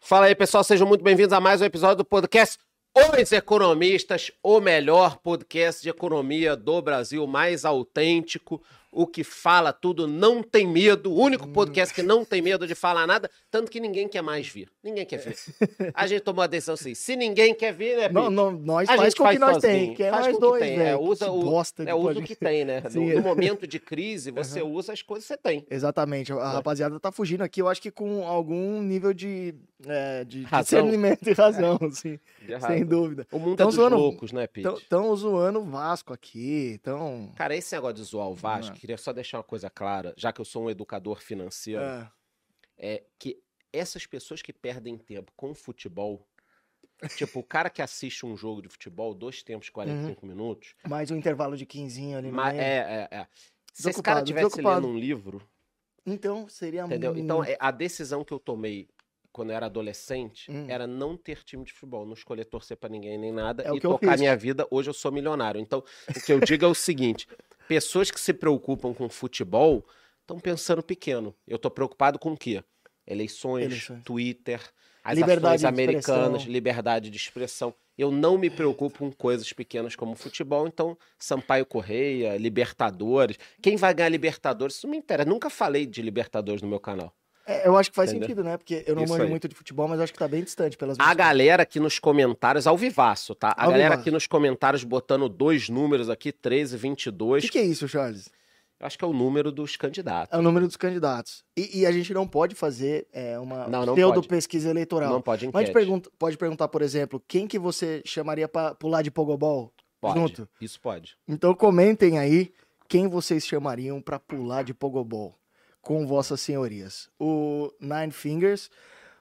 Fala aí, pessoal, sejam muito bem-vindos a mais um episódio do podcast Os Economistas, o melhor podcast de economia do Brasil, mais autêntico, o que fala tudo, não tem medo, o único podcast que não tem medo de falar nada, tanto que ninguém quer mais vir. Ninguém quer vir. A gente tomou a decisão assim, se ninguém quer vir, né, Não, Bi? não, nós A faz gente com o que faz nós sozinho, tem, que é faz nós com o que dois, tem, é, velho. que usa se o- bosta É, de usa o podcast. que tem, né? No, Sim, no é. momento de crise, você usa as coisas que É. você tem. Exatamente, a rapaziada tá fugindo aqui, eu acho que com algum nível de, é, de Razão. É. discernimento e razão, sim, sem dúvida. O mundo é Tão dos zoando- loucos, né, Pete? Tão, tão zoando o Vasco aqui, tão... Cara, esse negócio de zoar o Vasco, Ah. queria só deixar uma coisa clara, já que eu sou um educador financeiro, É, é que essas pessoas que perdem tempo com o futebol, tipo, o cara que assiste um jogo de futebol, dois tempos, 45 minutos, mais um intervalo de quinzinho ali né? no mas meio. é, é, é. Se esse cara Desocupado, tivesse desocupado. lendo um livro, Então seria entendeu? muito... Então, é, a decisão que eu tomei quando eu era adolescente Hum. era não ter time de futebol, não escolher torcer pra ninguém nem nada É o e que eu tocar fiz. minha vida. Hoje eu sou milionário. Então, o que eu digo é o seguinte: pessoas que se preocupam com futebol estão pensando pequeno. Eu tô preocupado com o quê? Eleições, Eleições. Twitter, as Liberdade ações de expressão. americanas, liberdade de expressão. Eu não me preocupo com coisas pequenas como futebol, então Sampaio Correia, Libertadores. Quem vai ganhar Libertadores? Isso não me interessa. Nunca falei de Libertadores no meu canal. É, eu acho que faz Entendeu? sentido, né? Porque eu não Isso manjo aí. Ah, muito de futebol, mas eu acho que tá bem distante pelas A minhas- galera aqui nos comentários, ao vivaço, tá? A Ao galera vivaço. aqui nos comentários botando dois números aqui, 13, O 22. que, que é isso, Charles? Eu acho que é o número dos candidatos. É o número dos candidatos. E, e a gente não pode fazer é, uma Não, não pode. pseudo-pesquisa eleitoral. Não pode Mas a gente enquete. pergunta- pode perguntar, por exemplo, quem que você chamaria pra pular de pogobol Pode. junto? Isso pode. Então comentem aí quem vocês chamariam pra pular de pogobol com vossas senhorias. O Nine Fingers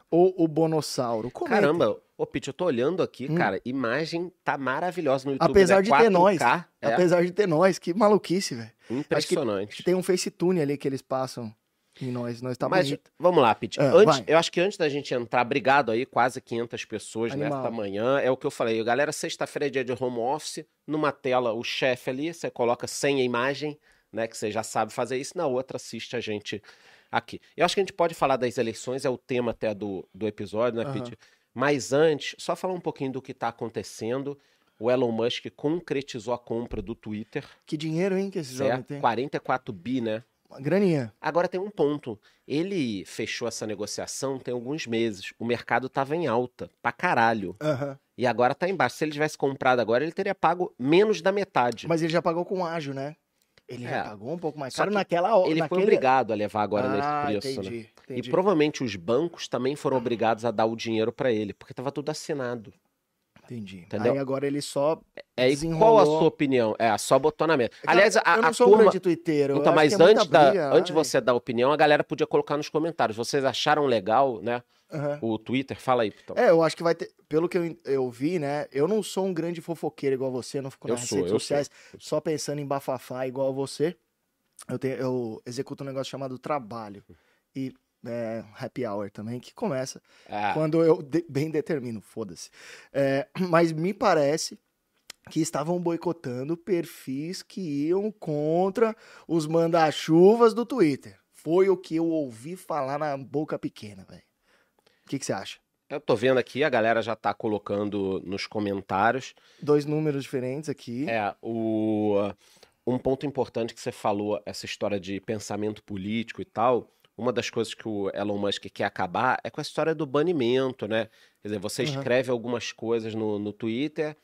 ou o Bonossauro? Comentem. Caramba, ô Pete, eu tô olhando aqui, é Hum. cara. Imagem tá maravilhosa no YouTube. Apesar né? de ter nós. 4K, É Apesar de ter nós, que maluquice, velho. impressionante. Tem um face tune ali que eles passam em nós, nós tá Mas bonito. vamos lá, Pete. É, Antes- vai. eu acho que antes da gente entrar, obrigado aí, quase 500 pessoas Animal. nesta manhã. É o que eu falei. Galera, sexta-feira é dia de home office. Numa tela, o chefe ali, você coloca sem a imagem, né? Que você já sabe fazer isso. Na outra, assiste a gente aqui. Eu acho que a gente pode falar das eleições, é o tema até do, do episódio, né, Aham. Pete? Mas antes, só falar um pouquinho do que está acontecendo. O Elon Musk concretizou a compra do Twitter, Que dinheiro, hein, que esses homens certo? têm. 44 bi, né? Uma graninha. Agora tem um ponto. Ele fechou essa negociação tem alguns meses. O mercado estava em alta, pra caralho. Aham. E agora tá embaixo. Se ele tivesse comprado agora, ele teria pago menos da metade. Mas ele já pagou com ágio, né? Ele É. já pagou um pouco mais Só caro que naquela hora. ele foi naquele... obrigado a levar agora ah, nesse preço, né? entendi, E entendi. Ah. provavelmente os bancos também foram obrigados a dar o dinheiro pra ele, porque tava tudo assinado. entendi. Entendeu? Aí agora ele só... É, e qual a Desenrolou. sua opinião? É, só botou na mesa. Aliás, a, eu não a sou um turma, grande twitteiro. eu Então, acho mas que é muita antes, da, briga, antes ai. você dar opinião, a galera podia colocar nos comentários. Vocês acharam legal, né? é, Aham. O Twitter, fala aí, então. É, eu acho que vai ter... Pelo que eu, eu vi, né? Eu não sou um grande fofoqueiro igual você. Eu não fico Eu nas sou, redes eu sociais só pensando em bafafá igual você. Eu, tenho, eu executo um negócio chamado trabalho. E... é, happy hour também, que começa Ah, quando eu de- bem determino, foda-se. É, mas me parece que estavam boicotando perfis que iam contra os manda-chuvas do Twitter. Foi o que eu ouvi falar na boca pequena, velho. O que que você acha? Eu tô vendo aqui, a galera já tá colocando nos comentários. Dois números diferentes aqui. É, o, um ponto importante que você falou, essa história de pensamento político e tal. Uma das coisas que o Elon Musk quer acabar é com a história do banimento, né? Quer dizer, você Uhum. escreve algumas coisas no, no Twitter,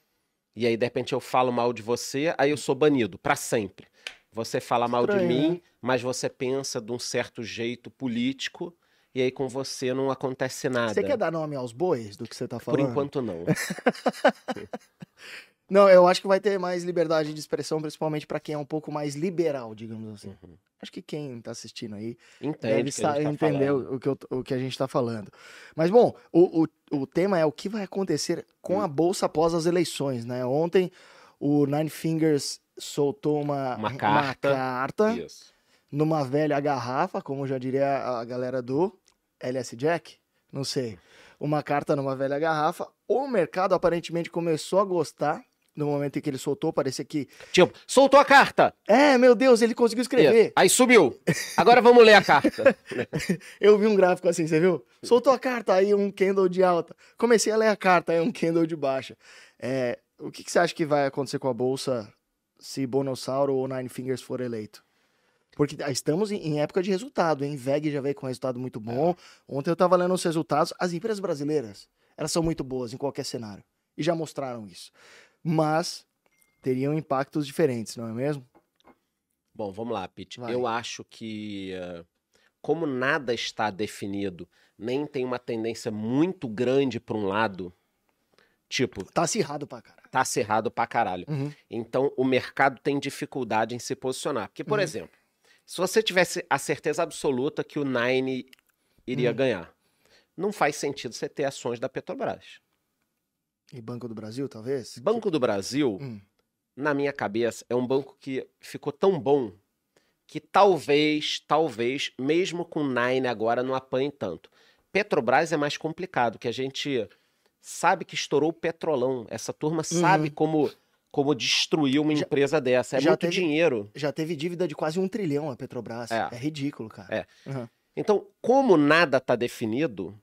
e aí de repente eu falo mal de você, aí eu sou banido, pra sempre. Você fala mal de Estranho, mim, né? mas você pensa de um certo jeito político, e aí com você não acontece nada. Você quer dar nome aos bois do que você tá Por falando? enquanto, não. Não, eu acho que vai ter mais liberdade de expressão, principalmente pra quem é um pouco mais liberal, digamos Uhum. assim. Acho que quem tá assistindo aí Entende Deve o que a É, sa- gente tá entender falando. o o que, eu t- o que a gente está falando. Mas, bom, o, o, o tema é o que vai acontecer com Hum. a Bolsa após as eleições, né? Ontem o Nine Fingers soltou uma, Uma carta. carta Isso. numa velha garrafa, como já diria a galera do LS Jack, não sei. Uma carta numa velha garrafa. O mercado aparentemente começou a gostar no momento em que ele soltou, parecia que. Tipo, soltou a carta. É, meu Deus, ele conseguiu escrever. Isso. Aí subiu. Agora vamos ler a carta. Eu vi um gráfico assim, você viu? Soltou a carta, aí um candle de alta. Comecei a ler a carta, aí um candle de baixa. É, o que, que você acha que vai acontecer com a bolsa se Bonossauro ou Nine Fingers for eleito? Porque ah, estamos em em época de resultado, hein? VEG já veio com resultado muito bom. Ontem eu estava lendo os resultados. As empresas brasileiras, elas são muito boas em qualquer cenário. E já mostraram isso. Mas teriam impactos diferentes, não é mesmo? Bom, vamos lá, Pete. Vai. Eu acho que, eh, como nada está definido, nem tem uma tendência muito grande para um lado, tipo, Tá acirrado pra cara. tá cerrado pra caralho. Então, o mercado tem dificuldade em se posicionar. Porque, por Uhum. exemplo, se você tivesse a certeza absoluta que o Nine iria Uhum. ganhar, não faz sentido você ter ações da Petrobras. E Banco do Brasil, talvez? Banco do Brasil, Hum. na minha cabeça, é um banco que ficou tão bom que talvez, talvez, mesmo com Nine agora não apanhe tanto. Petrobras é mais complicado, que a gente sabe que estourou o petrolão. Essa turma sabe como como destruir uma Uhum. Já- empresa dessa. É já muito teve- dinheiro. Já teve dívida de quase um trilhão a Petrobras. É, É. ridículo, cara. Uhum. Então, como nada está definido,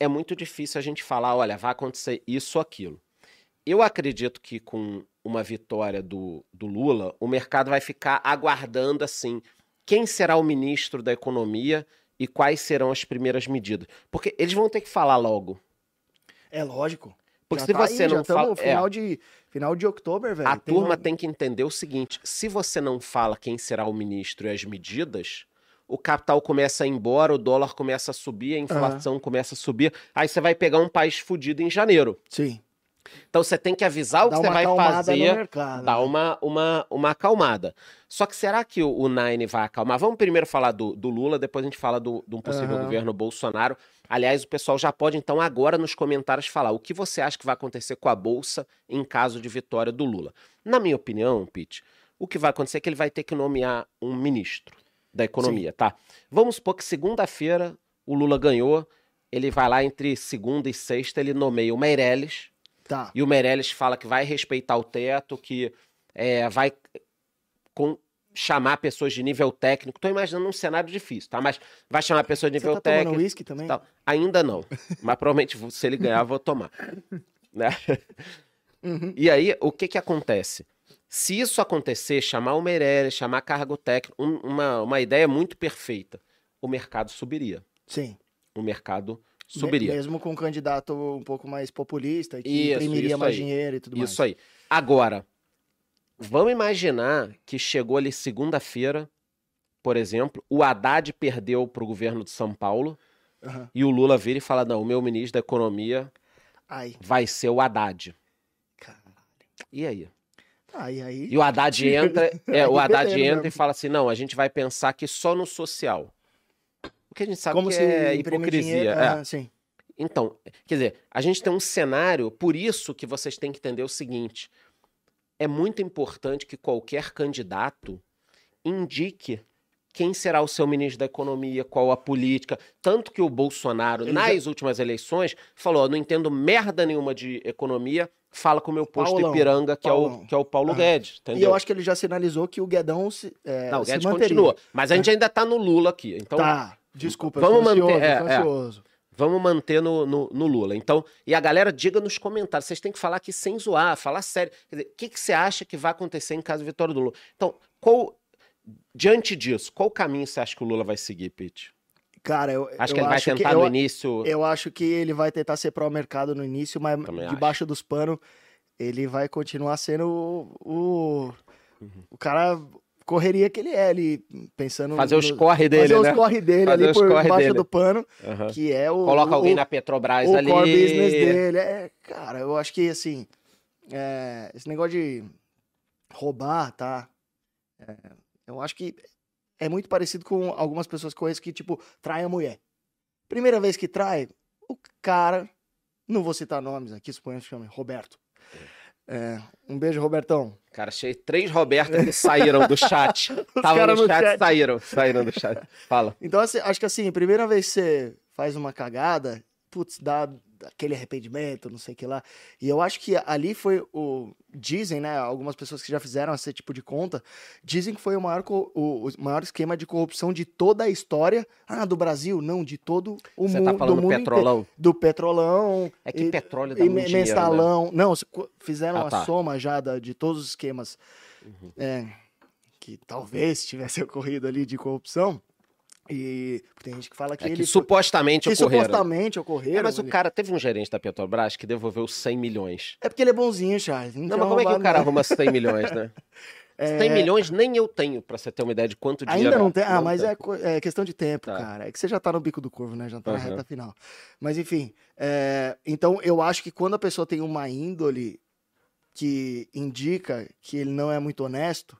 é muito difícil a gente falar, olha, vai acontecer isso ou aquilo. Eu acredito que com uma vitória do, do Lula, o mercado vai ficar aguardando assim quem será o ministro da economia e quais serão as primeiras medidas. Porque eles vão ter que falar logo. É lógico. Porque já se tá você aí, já não tamo fala. é, final, de, final de outubro, velho. a turma É, uma- tem que entender o seguinte: se você não fala quem será o ministro e as medidas, o capital começa a ir embora, o dólar começa a subir, a É. inflação começa a subir. Aí você vai pegar um país fudido em janeiro. Sim. Então você tem que avisar o que Dá você uma vai acalmada né? no fazer, mercado. dar uma, uma, uma acalmada. Só que será que o, o Nine vai acalmar? Vamos primeiro falar do, do Lula, depois a gente fala do, de um possível Aham. governo Bolsonaro. Aliás, o pessoal já pode, então, agora nos comentários falar o que você acha que vai acontecer com a Bolsa em caso de vitória do Lula. Na minha opinião, Pete, o que vai acontecer é que ele vai ter que nomear um ministro da economia, tá? Vamos supor que segunda-feira o Lula ganhou, ele vai lá entre segunda e sexta, ele nomeia o Meirelles, Tá. e o Meirelles fala que vai respeitar o teto, que é, vai com- chamar pessoas de nível técnico. Estou imaginando um cenário difícil, tá? Mas vai chamar pessoas de Você nível tá tomando técnico. uísque também? tal. Ainda não. Mas provavelmente, se ele ganhar, eu vou tomar. Né? Uhum. E aí, o que que acontece? Se isso acontecer, chamar o Meirelles, chamar cargo técnico, um- uma, uma ideia muito perfeita, o mercado subiria. Sim. O mercado Me- subiria. Mesmo com um candidato um pouco mais populista e que Isso, imprimiria isso mais aí. dinheiro e tudo mais. Isso aí. Agora, vamos imaginar que chegou ali segunda-feira, por exemplo, o Haddad perdeu para o governo de São Paulo Aham. e o Lula vira e fala: não, o meu ministro da Economia Ai, vai ser o Haddad. caralho. E aí? Ai, aí. E o Haddad entra, é, o Aí Haddad beleza. entra e fala assim: não, a gente vai pensar que só no social. O que a gente sabe Como que se é imprimir hipocrisia. Dinheiro, é. Aham, sim. Então, quer dizer, a gente tem um cenário, por isso que vocês têm que entender o seguinte: é muito importante que qualquer candidato indique quem será o seu ministro da Economia, qual a política. Tanto que o Bolsonaro, Ele nas últimas eleições, falou: "Ó, não entendo merda nenhuma de economia, fala com o meu posto Paulão. Ipiranga, que é Paulão. o, que é o Paulo Ah. Guedes. E Entendeu? eu acho que ele já sinalizou que o Guedão se, é, não, o se Guedes manteria. É. continua. Mas a gente ainda está no Lula aqui. Então, Tá. Desculpa, Vamos eu tô ansioso, manter- é, tô é. ansioso. Vamos manter no, no, no Lula. Então, e a galera diga nos comentários. Vocês têm que falar aqui sem zoar, falar sério. Quer dizer, o que, que você acha que vai acontecer em caso de vitória do Lula? Então, qual. Diante disso, qual caminho você acha que o Lula vai seguir, Pete? Cara, eu Acho eu que ele vai acho tentar eu, no início. Eu acho que ele vai tentar ser pró-mercado no início, mas Também acho. debaixo dos panos ele vai continuar sendo o, o, Uhum. o cara correria que ele é, ele pensando... fazer os no- corre dele, fazer né? os corre dele Fazer ali os por corre baixo dele. do pano, Aham. que é o... Coloca alguém o, na Petrobras o ali. core business dele. É, cara, eu acho que, assim, é, esse negócio de roubar, tá? É, eu acho que é muito parecido com algumas pessoas que eu conheço que, tipo, traem a mulher. Primeira vez que trai, o cara, não vou citar nomes aqui, suponho que chame Roberto. É, um beijo, Robertão. Cara, achei três Roberto que saíram do chat. Estavam cara no, no chat, chat. saíram. Saíram do chat. Fala. Então, assim, acho que assim, primeira vez que você faz uma cagada, putz, dá aquele arrependimento, não sei o que lá. E eu acho que ali foi o. Dizem, né? Algumas pessoas que já fizeram esse tipo de conta, dizem que foi o maior, co- o, o maior esquema de corrupção de toda a história. Ah, do Brasil? Não, de todo o Você mundo. tá falando do mundo inteiro. petrolão? Do petrolão. É que e- petróleo dá e muito me- dinheiro, né? Mestalão. Não, se co- fizeram Ah, tá. Uhum. a soma já da- de todos os esquemas é, que talvez tivesse ocorrido ali de corrupção. E porque tem gente que fala que É que ele foi- supostamente que ocorreram. supostamente ocorreram. É, mas o ele- cara teve um gerente da Petrobras que devolveu 100 milhões. É porque ele é bonzinho, Charles. Não, mas como é que o cara arruma? arruma 100 milhões, né? 100 milhões nem eu tenho, pra você ter uma ideia de quanto dinheiro. É. Ainda não é. tem. Ah, mas tem. é, co- é questão de tempo, Tá. cara. É que você já tá no bico do corvo, né? Já tá na Aham. reta final. Mas enfim. é, Então eu acho que quando a pessoa tem uma índole que indica que ele não é muito honesto,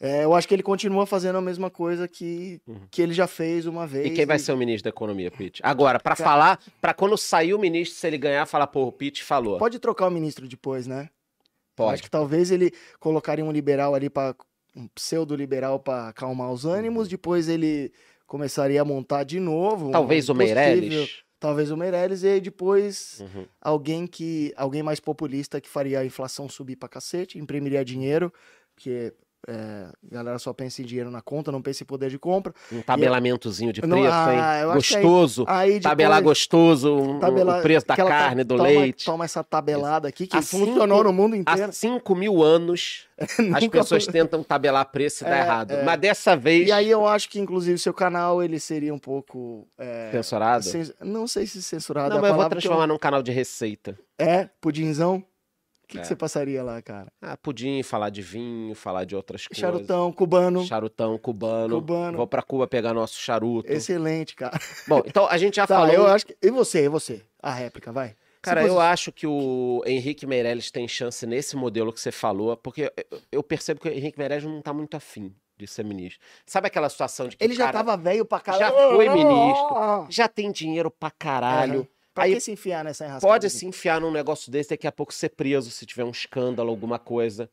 é, eu acho que ele continua fazendo a mesma coisa que, Uhum. que ele já fez uma vez. E quem vai ser o ministro da Economia, Pete? Agora, pra falar, pra quando sair o ministro, se ele ganhar, falar, pô, o Pete falou. Pode trocar o ministro depois, né? Eu Pode. Acho que talvez ele colocaria um liberal ali para um pseudo liberal para acalmar os ânimos, Uhum. depois ele começaria a montar de novo. um Talvez o possível- Meirelles. Talvez o Meirelles e aí depois Uhum. alguém que alguém mais populista que faria a inflação subir pra cacete, imprimiria dinheiro, porque é, a galera só pensa em dinheiro na conta, não pensa em poder de compra. Um tabelamentozinho de Não, preço, ah, hein? eu acho que aí- Gostoso. Aí depois, Tabelar gostoso, um- um- tabela- o preço da aquela ta- carne, do toma- leite. Toma essa tabelada aqui que Há cinco- funcionou no mundo Há inteiro. 5 mil anos, as Nunca pessoas tentam tabelar preço e dá É, errado. Mas dessa vez, E aí eu acho que, inclusive, seu canal ele seria um pouco. é, censurado. cens- Não sei se censurado. é Não, a mas eu vou palavra que transformar num canal de receita. É, pudinzão. O que, É. que você passaria lá, cara? Ah, pudim, falar de vinho, falar de outras coisas. Charutão, cubano. Charutão, cubano. Cubano. Vou pra Cuba pegar nosso charuto. Excelente, cara. Bom, então a gente já Tá, falou. eu acho que. E você, e você? A réplica, vai. Cara, Se eu posi- acho que o Henrique Meirelles tem chance nesse modelo que você falou, porque eu- eu percebo que o Henrique Meirelles não tá muito afim de ser ministro. Sabe aquela situação de que Ele já cara, tava velho pra caralho. já foi ministro. Ah, já tem dinheiro pra caralho, Pra Aí- que se enfiar nessa enrascada? pode se enfiar num negócio desse daqui a pouco ser preso se tiver um escândalo, alguma coisa.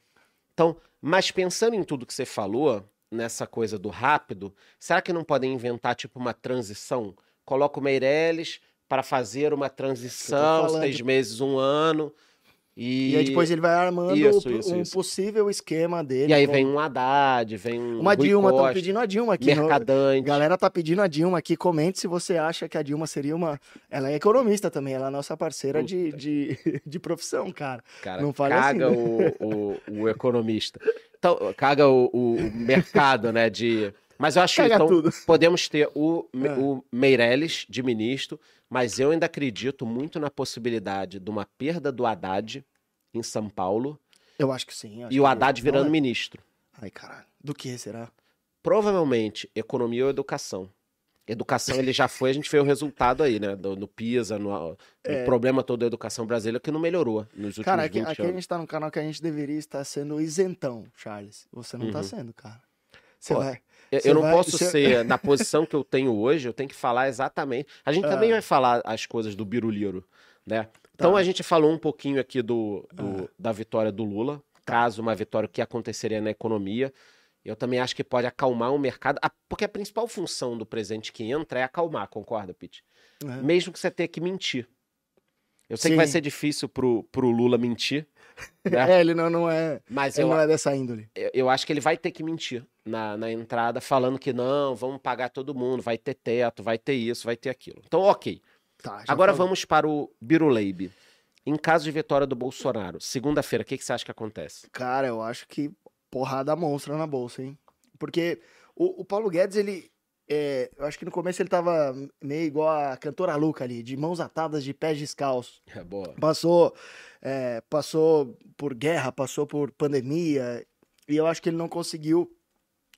Então, mas pensando em tudo que você falou, nessa coisa do rápido, será que não podem inventar tipo uma transição? Coloca o Meirelles para fazer uma transição, falando. seis meses, um ano. E, E aí depois ele vai armando Isso, o- isso, um isso. possível esquema dele. E aí com- vem um Haddad, vem um. Uma Rui Dilma, estão Costa, pedindo a Dilma aqui. no- Mercadante. Galera tá pedindo a Dilma aqui. Comente se você acha que a Dilma seria uma. Ela é economista também, ela é nossa parceira de, de, de profissão, cara. Cara, Não fale caga assim, o, o, o economista. Então, caga o, o- o mercado, né? De... Mas eu acho que Caga então, tudo. podemos ter o, Me- Ah. o Meirelles de ministro, mas eu ainda acredito muito na possibilidade de uma perda do Haddad em São Paulo Eu acho que sim. eu acho e o que- Haddad não virando é? ministro. Ai, caralho. Do que será? Provavelmente, economia ou educação. Educação, ele já foi, a gente vê o resultado aí, né? do- no PISA, no, no problema todo da educação brasileira que não melhorou nos últimos É. Cara, aqui, 20 aqui a anos. gente tá num canal que a gente deveria estar sendo isentão, Charles. Você não tá Uhum. sendo, cara. Você Pô, vai. Eu, Você eu não vai- posso você- ser, na posição que eu tenho hoje, eu tenho que falar exatamente. A Ah. gente também vai falar as coisas do Biruliro, né? Então Tá. Ah. a gente falou um pouquinho aqui do, do- da vitória do Lula, caso uma vitória o que aconteceria na economia. Eu também acho que pode acalmar o mercado, a- porque a principal função do presidente que entra é acalmar, concorda, Pete? É. Mesmo que você tenha que mentir. Eu sei que vai Sim. ser difícil pro, pro Lula mentir, né? É, ele não, não é. mas Ele eu não é dessa índole. eu- eu acho que ele vai ter que mentir na, na entrada, falando que não, vamos pagar todo mundo, vai ter teto, vai ter isso, vai ter aquilo. Então, ok. Tá, já Agora falou. vamos para o Biruleibe. Em caso de vitória do Bolsonaro, segunda-feira, o que, que você acha que acontece? Cara, eu acho que porrada monstra na bolsa, hein? Porque o, o Paulo Guedes, ele. é, eu acho que no começo ele tava meio igual a cantora Luca ali, de mãos atadas, de pés descalços. É boa. Passou, é, passou por guerra, passou por pandemia, e eu acho que ele não conseguiu,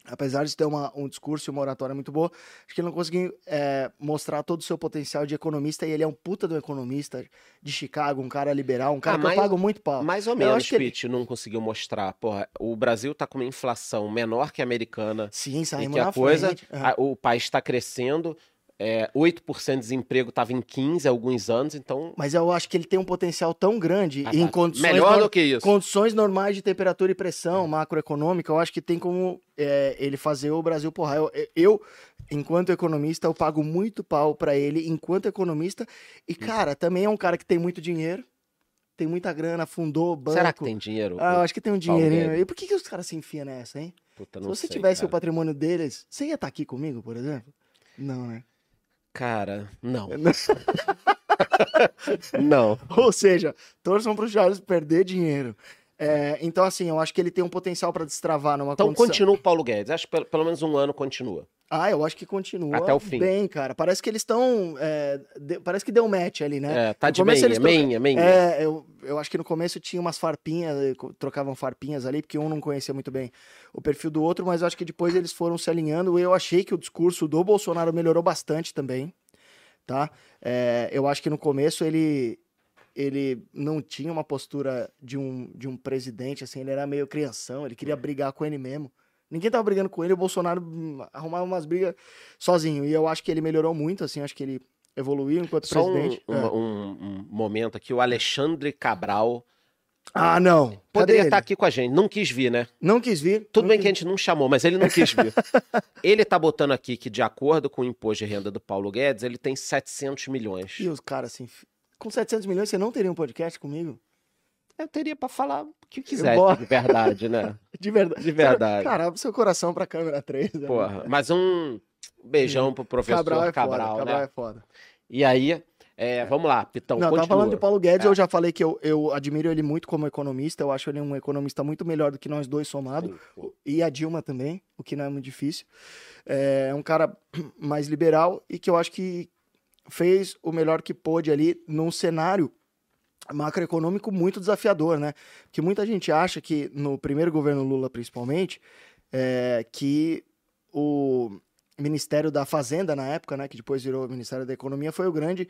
apesar de ter uma- um discurso e uma oratória muito boa, acho que ele não conseguiu é, mostrar todo o seu potencial de economista, e ele é um puta do economista de Chicago, um cara liberal, um cara Ah, que eu mas- pago muito pau. Mais ou eu menos, acho que ele- Pitt não conseguiu mostrar. Porra, o Brasil tá com uma inflação menor que a americana, Sim, e saímos que a Tá na coisa, frente. É. a- o país está crescendo, é, 8% de desemprego estava em 15% há alguns anos, então... Mas eu acho que ele tem um potencial tão grande Ah, em tá. condições, Melhor nor- do que isso. condições normais de temperatura e pressão macroeconômica. Eu acho que tem como é, ele fazer o Brasil porra. Eu, eu enquanto economista, eu pago muito pau para ele enquanto economista. Hum. E, cara, também é um cara que tem muito dinheiro, tem muita grana, fundou banco. Será que tem dinheiro? Ah, eu acho que tem um Paulo dinheirinho. Guedes. E por que, que os caras se enfiam nessa, hein? Puta, Se não você sei, tivesse o cara. patrimônio deles, você ia estar aqui comigo, por exemplo? Não, né? Cara, não. não. Ou seja, torçam para os Charles perder dinheiro. É, então, assim, eu acho que ele tem um potencial para destravar numa Então condição. continua o Paulo Guedes. Acho que pelo, pelo menos um ano continua. Ah, eu acho que continua Até o fim. bem, cara. Parece que eles estão. é, de- Parece que deu match ali, né? É, tá No de começo meinha, eles tro- meinha, meinha. É, eu, eu acho que no começo tinha umas farpinhas, eh, co- trocavam farpinhas ali, porque um não conhecia muito bem o perfil do outro, mas eu acho que depois eles foram se alinhando. Eu achei que o discurso do Bolsonaro melhorou bastante também, tá? É, eu acho que no começo ele, ele não tinha uma postura de um, de um presidente, assim, ele era meio crianção, ele queria brigar com ele mesmo. Ninguém tava brigando com ele, o Bolsonaro hum, arrumava umas brigas sozinho. E eu acho que ele melhorou muito, assim, acho que ele evoluiu enquanto Só um, presidente. um- É. um- um momento aqui. O Alexandre Cabral Ah, não. Cadê poderia tá ele? estar aqui com a gente. Não quis vir, né? Não quis vir. Tudo não bem quis que a gente não chamou, mas ele não quis vir. ele tá botando aqui que, de acordo com o imposto de renda do Paulo Guedes, ele tem 700 milhões. E os caras assim. fi- Com 700 milhões, você não teria um podcast comigo? Eu teria pra falar o que quiser, Bora. de verdade, né? De verdade. De verdade. Cara, abre seu coração pra câmera 3. né? Porra. Mas um beijão pro professor Cabral Cabral, é foda. Cabral né? é foda. E aí, é, vamos lá, Pitão, não, eu continua. tava falando de Paulo Guedes, É. eu já falei que eu, eu admiro ele muito como economista, eu acho ele um economista muito melhor do que nós dois somados. E a Dilma também, o que não é muito difícil. É um cara mais liberal e que eu acho que fez o melhor que pôde ali num cenário macroeconômico muito desafiador, né? Que muita gente acha que no primeiro governo Lula, principalmente, é, que o Ministério da Fazenda na época, né, que depois virou Ministério da Economia, foi o grande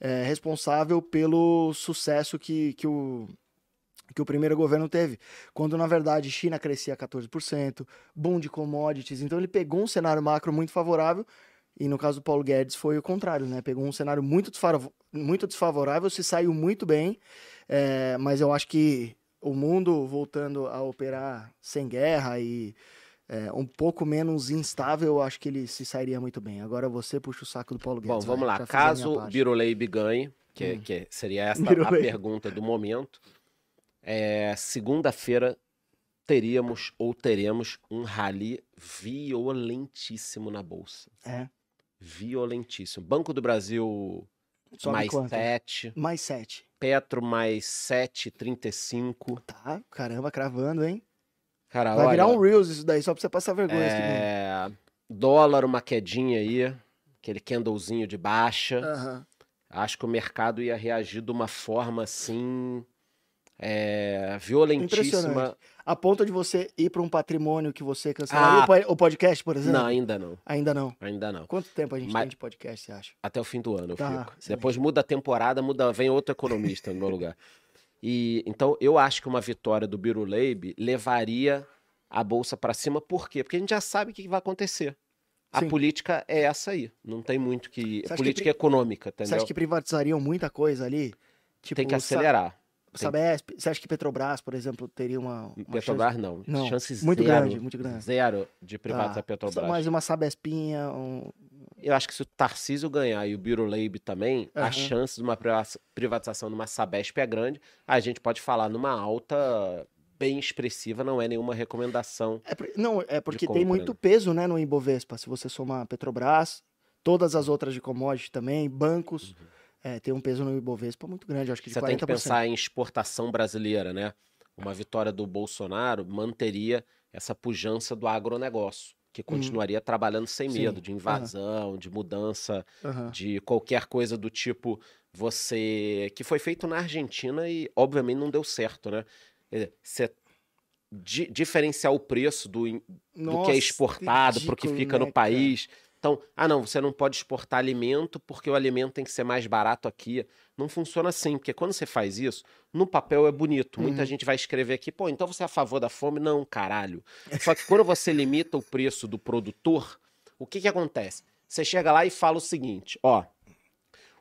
é, responsável pelo sucesso que, que o que o primeiro governo teve, quando na verdade China crescia 14%, boom de commodities, então ele pegou um cenário macro muito favorável, e no caso do Paulo Guedes foi o contrário, né? Pegou um cenário muito, desfavo- muito desfavorável, se saiu muito bem, é, mas eu acho que o mundo voltando a operar sem guerra e é, um pouco menos instável, eu acho que ele se sairia muito bem. Agora você puxa o saco do Paulo Guedes. Bom, vamos lá. vai, já fiz a minha Caso parte. Hum. Birolei Biroleib ganhe, que, que seria essa a Biroleib. pergunta do momento, é, segunda-feira teríamos ou teremos um rally violentíssimo na Bolsa. É, Violentíssimo. Banco do Brasil sobe mais quanto? 7, Mais sete. Petro mais 7,35. Tá, caramba, cravando, hein? Cara, Vai olha, virar um Reels isso daí, só pra você passar vergonha. esse domingo. é, dólar uma quedinha aí, aquele candlezinho de baixa. Aham. Acho que o mercado ia reagir de uma forma assim. é, violentíssima. Impressionante. A ponto de você ir pra um patrimônio que você cancelaria Ah. o po- o podcast, por exemplo? Não, ainda não. Ainda não. Ainda não. Quanto tempo a gente Mas- tem de podcast, você acha? Até o fim do ano eu Tá, fico. excelente. Depois muda a temporada, muda, vem outro economista no meu lugar. E então eu acho que uma vitória do Biruleib levaria a bolsa para cima, por quê? Porque a gente já sabe o que vai acontecer. A Sim. política é essa aí. Não tem muito que. Você acha que política pri- econômica, Você entendeu? acha que privatizariam muita coisa ali? Tipo, tem que Sa- acelerar. Sabesp, você acha que Petrobras, por exemplo, teria uma. uma Petrobras não. um Não, Chances muito zero, grande, muito grande. Zero de chance... privatizar Tá. a Petrobras. Mais uma Sabespinha, um... Eu acho que se o Tarcísio ganhar e o Biruleib também, a Aham. chance de uma priva- privatização numa Sabesp é grande. A gente pode falar numa alta bem expressiva, não é nenhuma recomendação. É por- Não, é porque compra, tem muito né? peso né, no Ibovespa. Se você somar Petrobras, todas as outras de commodity também, bancos, é, tem um peso no Ibovespa muito grande, acho que de Uhum. Você 40%. tem que pensar em exportação brasileira, né? Uma vitória do Bolsonaro manteria essa pujança do agronegócio, que continuaria trabalhando sem Uhum. Sim, medo de aham. invasão, de mudança Aham. de qualquer coisa do tipo você que foi feito na Argentina e obviamente não deu certo, né? Quer dizer, Você di- diferenciar o preço do, in- do que Nossa, é exportado para o que ridículo, fica né, no país. Então, ah não, você não pode exportar alimento porque o alimento tem que ser mais barato aqui. Não funciona assim, porque quando você faz isso, no papel é bonito. Muita Uhum. gente vai escrever aqui, pô, então você é a favor da fome? Não, caralho. Só que quando você limita o preço do produtor, o que que acontece? Você chega lá e fala o seguinte, ó,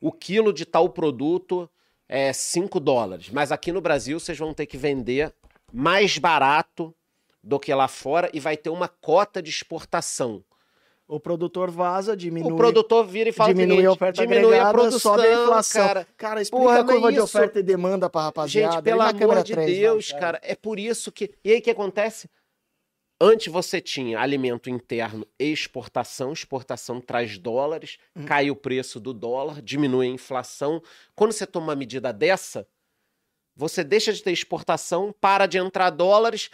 o quilo de tal produto é 5 dólares, mas aqui no Brasil vocês vão ter que vender mais barato do que lá fora e vai ter uma cota de exportação. O produtor vaza, diminui. o produtor vira e fala o diminui seguinte, a oferta diminui agregada, a produção, sobe a inflação. cara. Cara, explica Porra, a curva mas de isso- oferta e demanda pra rapaziada. Gente, E pelo na amor câmera de três, vai, Deus, cara, é por isso que. E aí o que acontece? Antes você tinha alimento interno e exportação, exportação traz dólares, Hum. cai o preço do dólar, diminui a inflação. Quando você toma uma medida dessa, você deixa de ter exportação, para de entrar dólares.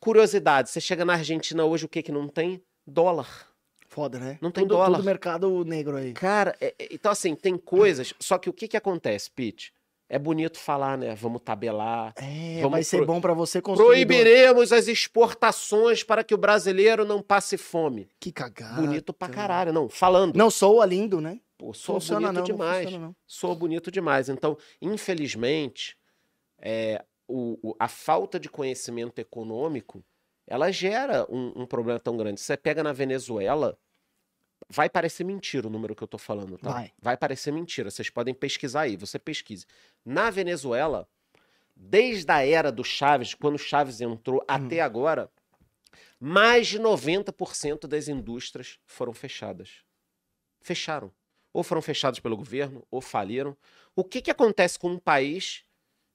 Curiosidade, você chega na Argentina hoje, o que que não tem? Dólar. Foda, né? Não tem tudo, dólar. Tudo mercado negro aí. Cara, é- é- então assim, tem coisas, só que o que que acontece, Pete? É bonito falar, né? Vamos tabelar, É, Vamos vai ser pro- bom pra você consumidor. Proibiremos as exportações para que o brasileiro não passe fome. Que cagada. bonito pra caralho. Não, falando. Ah, tá. Não soa lindo, né? Pô, sou Funciona bonito não, não demais. funciona não. sou bonito demais. Então, infelizmente, é, o- o- a falta de conhecimento econômico ela gera um, um problema tão grande. Você pega na Venezuela, vai parecer mentira o número que eu tô falando, tá? Vai. vai parecer mentira. Vocês podem pesquisar aí, você pesquise. Na Venezuela, desde a era do Chaves, quando o Chaves entrou até agora, mais de 90% das indústrias foram fechadas. Fecharam. Ou foram fechadas pelo governo, ou faliram. O que, que acontece com um país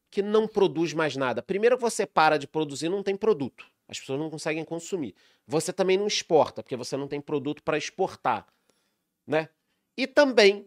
que não produz mais nada? Primeiro que você para de produzir, não tem produto. As pessoas não conseguem consumir. Você também não exporta, porque você não tem produto para exportar, né? E também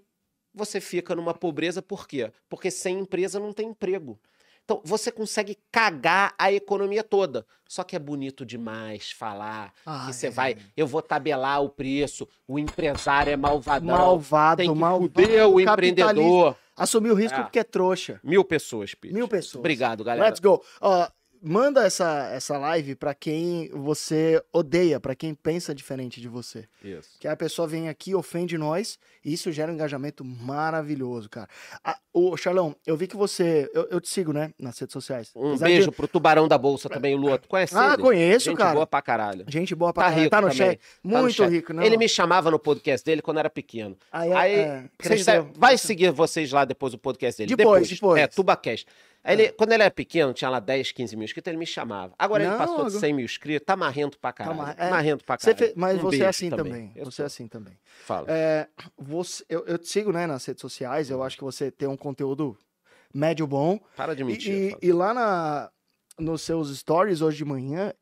você fica numa pobreza por quê? Porque sem empresa não tem emprego. Então, você consegue cagar a economia toda. Só que é bonito demais falar Ah, que você é. vai, eu vou tabelar o preço, o empresário é malvadão, Malvado, tem que malvado. fuder o capitalista. empreendedor. Assumiu o risco É. porque é trouxa. Mil pessoas, Pete. Mil pessoas. é Obrigado, galera. Let's go. Ó, manda essa, essa live pra quem você odeia, pra quem pensa diferente de você. Isso. Que a pessoa vem aqui, ofende nós, e isso gera um engajamento maravilhoso, cara. Ah, ô, Charlão, eu vi que você. Eu, eu te sigo, né? Nas redes sociais. Um Apesar de- beijo pro Tubarão da Bolsa também, o Luto. Conhece Ah, ele? conheço, Gente cara. boa pra caralho. Gente boa pra Tá caralho. rico Tá no também. chat. Muito chat. rico, né? Ele me chamava no podcast dele quando era pequeno. Aí, aí, é, Vocês cresceu. devem- vai seguir vocês lá depois do podcast dele. Depois, depois. É. É, Tubacast. Aí ele, Quando ele era pequeno, tinha lá 10, 15 mil inscritos, ele me chamava. Agora Não, ele passou de agora- 100 mil inscritos, tá marrento pra caralho. mar- é. Marrento pra Você caralho. fe- Mas Um você é beijo assim também. Eu Você é sou. assim também. Fala. É, você- eu, eu te sigo, né, nas redes sociais. Uhum. Eu acho que você tem um conteúdo médio bom. Para de E- mentir. e, fala. e lá na, nos seus stories hoje de manhã,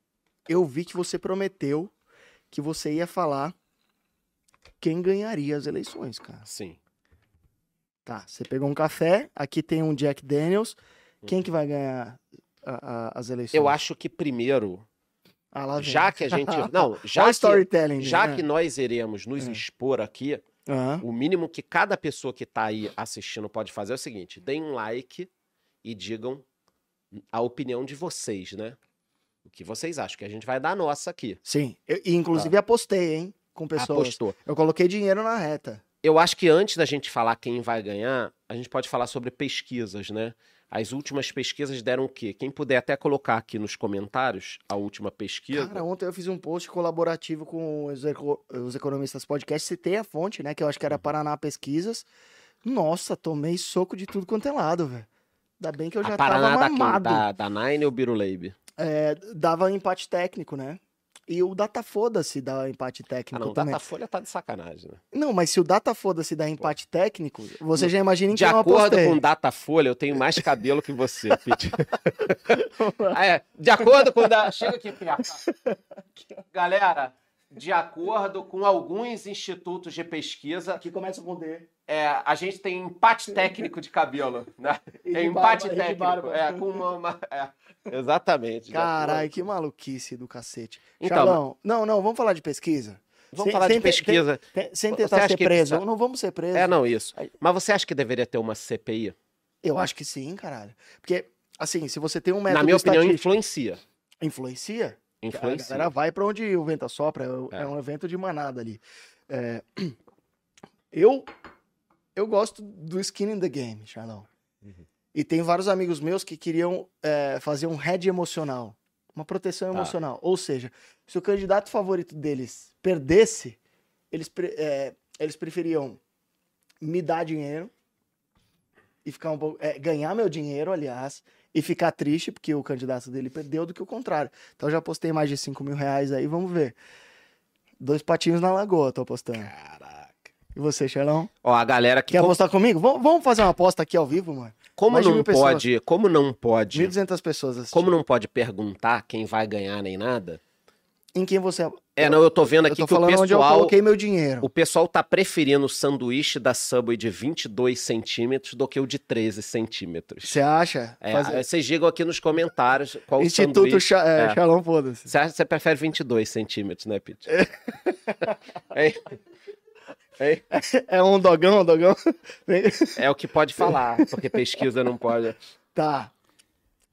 eu vi que você prometeu que você ia falar quem ganharia as eleições, cara. Sim. Tá, você pegou um café, aqui tem um Jack Daniels. Quem que vai ganhar a- a- as eleições? Uhum. Eu acho que primeiro, Ah, lá vem. já que a gente. Não, Olha já o que, storytelling. já né? que Uhum. nós iremos nos É. expor aqui, Aham. o mínimo que cada pessoa que tá aí assistindo pode fazer é o seguinte: deem um like e digam a opinião de vocês, né? O que vocês acham, que a gente vai dar a nossa aqui. Sim, eu, e Tá. inclusive apostei, hein, com pessoas. Apostou. Eu coloquei dinheiro na reta. Eu acho que antes da gente falar quem vai ganhar, a gente pode falar sobre pesquisas, né? As últimas pesquisas deram o quê? Quem puder até colocar aqui nos comentários a última pesquisa. Cara, ontem eu fiz um post colaborativo com os, eco- os economistas podcast, citei a fonte, né, que eu acho que era Paraná Pesquisas. Nossa, tomei soco de tudo quanto é lado, velho. Ainda bem que eu já a Paraná tá? tava da, quem? mamado. da, da Nine ou Biruleibe? É, dava empate técnico, né? E o Data Foda-se dá empate Ah, técnico não, também. Datafolha tá de sacanagem, né? Não, mas se o Data Foda-se dá empate técnico, você já imagina em De que eu acordo apostei. com Datafolha, eu tenho mais cabelo que você, Pete. Ah, é. De acordo com. Da... Chega aqui, Piaca. Galera, de acordo com alguns institutos de pesquisa, Que começa com D. é, a gente tem empate técnico de cabelo. Né? É empate técnico. É, com uma, uma- é. Exatamente. de Caralho, acordo. que maluquice do cacete. Então, Charlão, não, não, vamos falar de pesquisa? Vamos sem- falar sem de ter- pesquisa. Te- Sem Você tentar acha ser que preso. precisa- Não vamos ser presos. É, não, isso. Mas você acha que deveria ter uma CPI? Eu acho que sim, caralho. Porque, assim, se você tem um método Na minha opinião, estatístico- influencia. influencia, a Influencia. galera vai pra onde o vento assopra. É, É. é um evento de manada ali. É, Eu, eu gosto do skin in the game, Charlão. Uhum. E tem vários amigos meus que queriam é, fazer um head emocional. Uma proteção Tá. emocional. Ou seja, se o candidato favorito deles perdesse, eles, pre- é, eles preferiam me dar dinheiro e ficar um pouco. é, ganhar meu dinheiro, aliás, e ficar triste porque o candidato dele perdeu do que o contrário. Então já postei mais de 5 mil reais aí, vamos ver. Dois patinhos na lagoa, tô apostando. Caraca. E você, Xerão? Ó, a galera que. Quer apostar comigo? Vamos, vamos fazer uma aposta aqui ao vivo, mano? como, mais de não mil pessoas. pode, como não pode. 1.200 pessoas assistindo. Como não pode perguntar quem vai ganhar nem nada. Em quem você... É, não, eu tô vendo Eu aqui tô que o falando onde eu pessoal. coloquei meu dinheiro. O pessoal tá preferindo o sanduíche da Subway de 22 centímetros do que o de 13 centímetros. Você acha? É, Fazer- aí Vocês digam aqui nos comentários qual o Instituto sanduíche. Xa... é, É. Shalom, foda-se. Você acha que você prefere 22 centímetros, né, Pete? É. Hein? Hein? É um dogão, um dogão? É o que pode falar, porque pesquisa não pode. tá.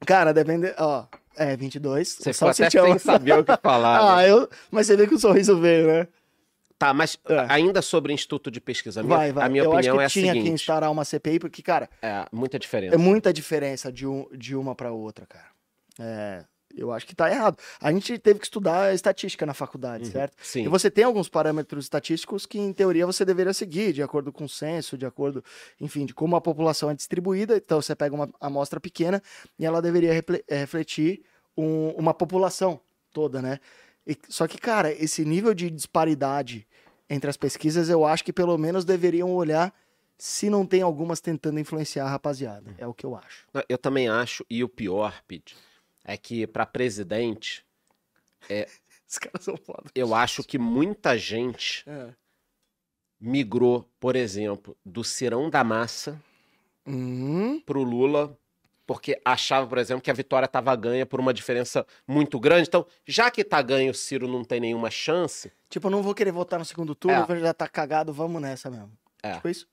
Cara, depende... Ó, é 22. Você só ficou até se chama. sem saber o que falar. né? Ah, eu... Mas você vê que o sorriso veio, né? Tá, mas É. ainda sobre Instituto de Pesquisa, a minha, Vai, vai. a minha eu opinião acho que é a tinha que seguinte. instaurar uma CPI, porque, cara, É, muita diferença. é muita diferença de, um, de uma pra outra, cara. É, eu acho que tá errado. A gente teve que estudar estatística na faculdade, Uhum. certo? Sim. E você tem alguns parâmetros estatísticos que, em teoria, você deveria seguir, de acordo com o censo, de acordo, enfim, de como a população é distribuída. Então, você pega uma amostra pequena e ela deveria reple- eh, refletir um- uma população toda, né? E- só que, cara, esse nível de disparidade entre as pesquisas, eu acho que pelo menos deveriam olhar se não tem algumas tentando influenciar a rapaziada. É o que eu acho. Não, Eu também acho, e o pior, Pete, é que pra presidente, Os caras são foda. eu acho que muita gente É. migrou, por exemplo, do Cirão da Massa Hum, pro Lula, porque achava, por exemplo, que a vitória tava ganha por uma diferença muito grande. Então, já que tá ganho, o Ciro não tem nenhuma chance, tipo, eu não vou querer votar no segundo turno, já tá cagado, vamos nessa mesmo. É. Tipo isso?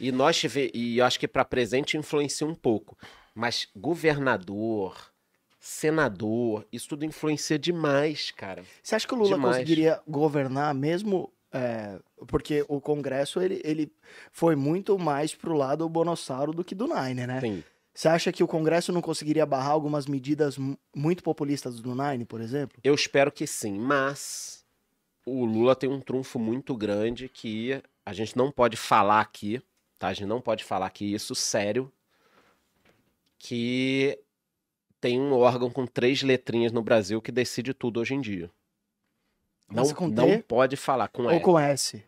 E nós tive, e eu acho que para presente influencia um pouco, mas governador, senador, isso tudo influencia demais, cara. Você acha que o Lula Demais. conseguiria governar mesmo? é, porque o Congresso ele, ele foi muito mais pro lado do Bonossauro do que do Nine, né? Sim. Você acha que o Congresso não conseguiria barrar algumas medidas mu- muito populistas do Nine, por exemplo? Eu espero que sim, mas o Lula tem um trunfo muito grande que a gente não pode falar aqui, tá? A gente não pode falar aqui isso sério, que tem um órgão com três letrinhas no Brasil que decide tudo hoje em dia. Não, Começa com T? não pode falar com Ou L. com S?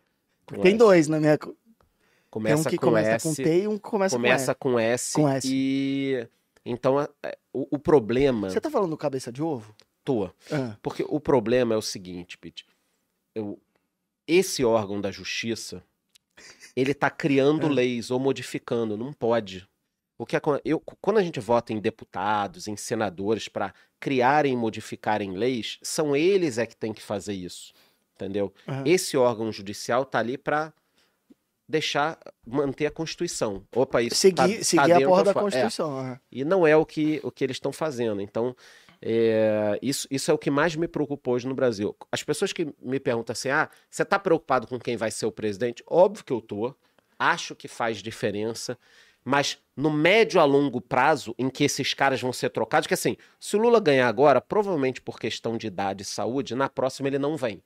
Com Tem S. dois na minha. co- Tem um Começa que com começa S, com T e um que começa, começa com S, Com S. e então a- é, o, o problema com S. Você tá falando cabeça de ovo? toa, Ah, porque o problema é o seguinte, Pete. Eu- esse órgão da justiça, ele tá criando É. leis ou modificando, não pode. O que acon- eu, quando a gente vota em deputados, em senadores para criarem e modificarem leis, são eles é que tem que fazer isso, entendeu? ah. Esse órgão judicial tá ali para deixar manter a Constituição. Opa, isso Seguir, tá, tá seguir a dentro porra ou da fora. É, Constituição. ah. e não é o que, o que eles estão fazendo. Então, é, isso, isso é o que mais me preocupa hoje no Brasil. As pessoas que me perguntam assim: ah, você está preocupado com quem vai ser o presidente? Óbvio que eu tô. Acho que faz diferença. Mas no médio a longo prazo, em que esses caras vão ser trocados, que assim, se o Lula ganhar agora, provavelmente por questão de idade e saúde, na próxima ele não vem.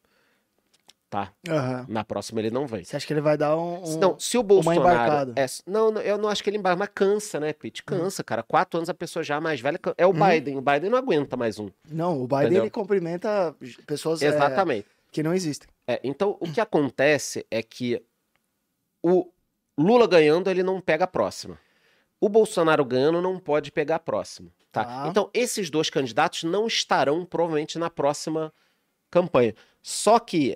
Tá? Aham. Na próxima ele não vem. Você acha que ele vai dar um. um- Não, se o Bolsonaro. embarcada. Hum. É, não, não, eu não acho que ele embarca, mas cansa, né, Pete? Cansa, cara. Quatro anos a pessoa já mais velha. can- É o Uhum. Biden. O Biden não aguenta mais um. Não, o Biden Entendeu? ele cumprimenta pessoas é, Exatamente. que não existem. É, então, o que acontece é que o Lula ganhando, ele não pega a próxima. O Bolsonaro ganhando não pode pegar a próxima. Tá? Tá. Então, esses dois candidatos não estarão provavelmente na próxima campanha. Só que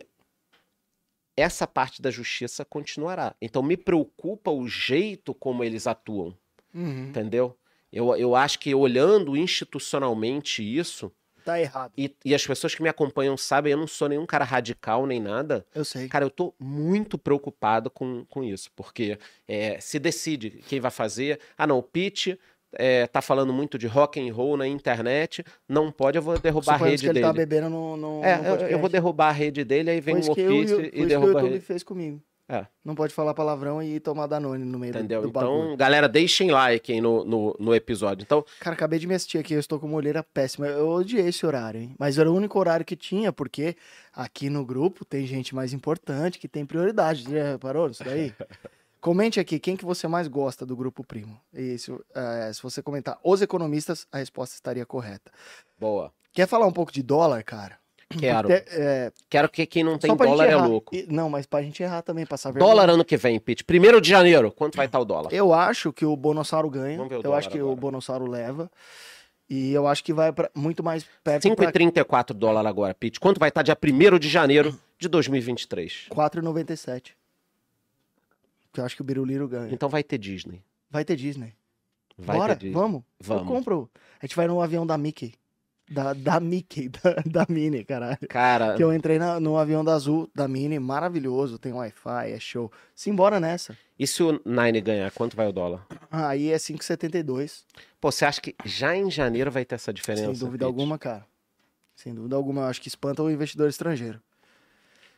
essa parte da justiça continuará. Então, me preocupa o jeito como eles atuam. Uhum. Entendeu? Eu, eu acho que olhando institucionalmente isso, Tá errado. e, e as pessoas que me acompanham sabem, eu não sou nenhum cara radical nem nada. Eu sei. Cara, eu tô muito preocupado com, com isso, porque é, se decide quem vai fazer. Ah, não, o Pete é, tá falando muito de rock and roll na internet, não pode, eu vou derrubar a Suponhamos rede que ele dele. tá bebendo no, no, é, no eu, eu podcast. vou derrubar a rede dele, aí vem Foi isso um que eu- ofício foi isso que e o derruba a YouTube rede. fez comigo. É. Não pode falar palavrão e tomar Danone no meio do- Entendeu? do, bagulho. Então, galera, deixem like aí no, no, no episódio. Então, Cara, acabei de me assistir aqui, eu estou com uma olheira péssima. Eu odiei esse horário, hein? Mas era o único horário que tinha, porque aqui no grupo tem gente mais importante que tem prioridade. Você já reparou nisso daí? Comente aqui quem que você mais gosta do grupo primo. Isso, é, se você comentar os economistas, a resposta estaria correta. boa. Quer falar um pouco de dólar, cara? Quero. Até, é, Quero que quem não tem só pra gente dólar é errar. louco. E- não, mas pra gente errar também, passar vergonha. Dólar ano que vem, Pete. Primeiro de janeiro, quanto vai estar o dólar? Eu acho que o Bonossauro ganha. Vamos ver o Eu dólar acho que o agora. Bonossauro leva. E eu acho que vai pra, muito mais perto pra 5,34 dólar agora, Pete. Quanto vai estar dia 1 de Hum. janeiro de 2023? 4,97. Que eu acho que o Biruliro ganha. Então vai ter Disney. Vai ter Disney. Vai Bora, ter Disney. vamos. Eu Vamos. compro. A gente vai no avião da Mickey. Da, da Mickey, da, da Minnie, caralho. Cara, Que eu entrei na- no avião da Azul, da Minnie, maravilhoso, tem Wi-Fi, é show. Simbora nessa. e se o Nine ganhar, quanto vai o dólar? Aí é 5,72, Pô, você acha que já em janeiro vai ter essa diferença? sem dúvida Pete? alguma, cara. Sem dúvida alguma, eu acho que espanta o investidor estrangeiro.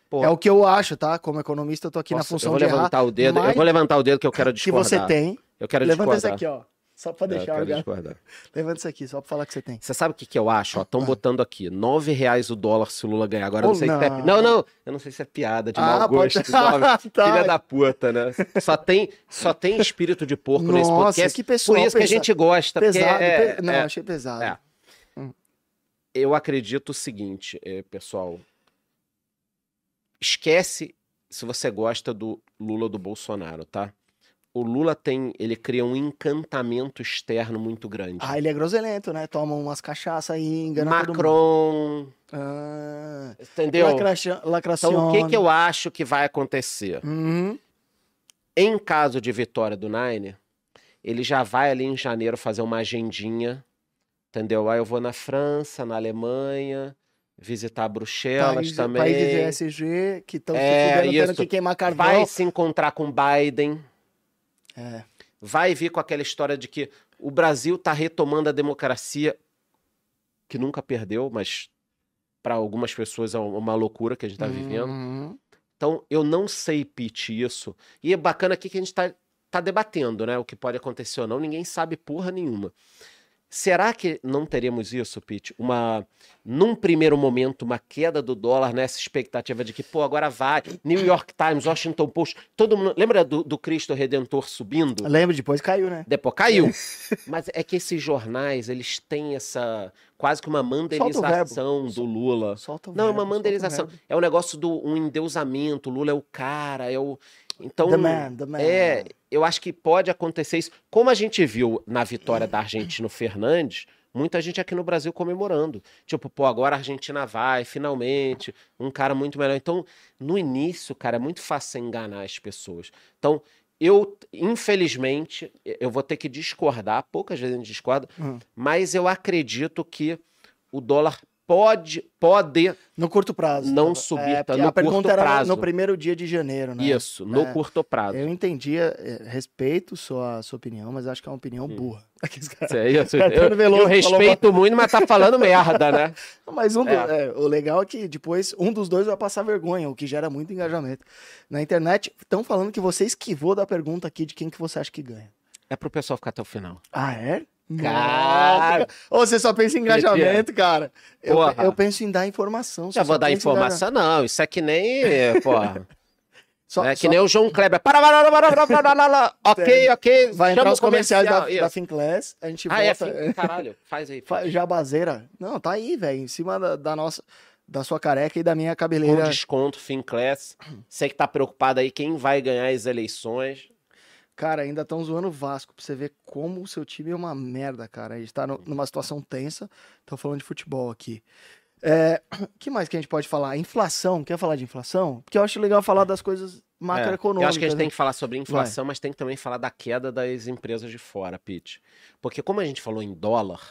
Pô, É o que eu acho, tá? Como economista, eu tô aqui na Nossa, função eu vou de errar, levantar o dedo, eu mas- vou levantar o dedo que eu quero que discordar. você tem. Eu quero Levanta isso discordar. aqui, ó. Só É, pra eu deixar, quero olhar. discordar. Levanta isso aqui, só pra falar que você tem. Você sabe o que, que eu acho? Estão Ah. botando aqui, R$ 9 reais o dólar se o Lula ganhar. Agora eu não Oh, sei se é... não. Ah, Não, não, eu não sei se é piada de mau gosto. sabe? tá. Filha da puta, né? Só tem, só tem espírito de porco nesse Nossa, podcast. que pessoal é Por isso que a pesa- gente gosta. porque pesado. é- pe- Não, é- achei pesado. é. eu acredito o seguinte, eh, pessoal. Esquece se você gosta do Lula ou do Bolsonaro, tá? O Lula tem, ele cria um encantamento externo muito grande. Ah, ele é groselento, né? Toma umas cachaça aí, engana todo mundo. Macron, Ah, entendeu? lacracha- lacraciona. Então, o que, que eu acho que vai acontecer? Uhum. Em caso de vitória do Nine, ele já vai ali em janeiro fazer uma agendinha, entendeu? Aí eu vou na França, na Alemanha, visitar Bruxelas Países, também. países de ESG que estão É, se fudendo, tendo isso. que queimar carvão. Vai se encontrar com Biden, É. vai vir com aquela história de que o Brasil está retomando a democracia, que nunca perdeu, mas para algumas pessoas é uma loucura que a gente está vivendo. Uhum. Então, eu não sei, Pete, isso. E é bacana aqui que a gente está debatendo, né? O que pode acontecer ou não, ninguém sabe porra nenhuma. Será que não teremos isso, Pete? Uma, num primeiro momento, uma queda do dólar nessa expectativa de que, pô, agora vai. New York Times, Washington Post, todo mundo. Lembra do, do Cristo Redentor subindo? Lembra, depois caiu, né? Depois caiu. Mas é que esses jornais, eles têm essa. quase que uma mandelização do Lula. Solta o Não, é verbo, uma solta o mandelização. verbo. É um negócio do um endeusamento. Lula é o cara, é o. Então. The man, the man. É, eu acho que pode acontecer isso. Como a gente viu na vitória da Argentina o Fernandes, muita gente aqui no Brasil comemorando. Tipo, pô, agora a Argentina vai, finalmente, um cara muito melhor. Então, no início, cara, é muito fácil você enganar as pessoas. Então, eu, infelizmente, eu vou ter que discordar, poucas vezes a gente discorda, Hum. mas eu acredito que o dólar pode, pode No curto prazo. Não tava- subir, é, tá? porque No A pergunta curto era prazo. no primeiro dia de janeiro, né? Isso, no É. curto prazo. Eu entendi, é, respeito sua, sua opinião, mas acho que é uma opinião Hum. burra. Aqueles caras- Isso é isso. Caetano Eu, eu Veloso Tá falou respeito muito, mas tá falando merda, né? Mas um do- É. é, o legal é que depois um dos dois vai passar vergonha, o que gera muito engajamento. Na internet, estão falando que você esquivou da pergunta aqui de quem que você acha que ganha. É pro pessoal ficar até o final. Ah, é? Cara. Nossa, Ou você só pensa em engajamento, cara. Eu, Porra. eu penso em dar informação. Já só vou dar penso em engajar- informação, não. Isso é que nem. Porra. Só, é que só nem o João Kleber. Para, para, para, para, para, para, para, ok, ok. vai chama entrar o os comerciais da, comercial, da isso. Finclass, a gente Ah, é, volta. fim- caralho. Faz aí. Fa- Jabazeira. Não, tá aí, velho. Em cima da, da nossa. Da sua careca e da minha Com cabeleira. desconto, Finclass. Você que tá preocupado aí, quem vai ganhar as eleições. Cara, ainda estão zoando o Vasco pra você ver como o seu time é uma merda, cara. A gente tá no- numa situação tensa. Tô falando de futebol aqui. É, que mais que a gente pode falar? Inflação. Quer falar de inflação? Porque eu acho legal falar das coisas É, macroeconômicas. Eu acho que a gente né? tem que falar sobre inflação, mas tem que também falar da queda das empresas de fora, Pete. Porque como a gente falou em dólar,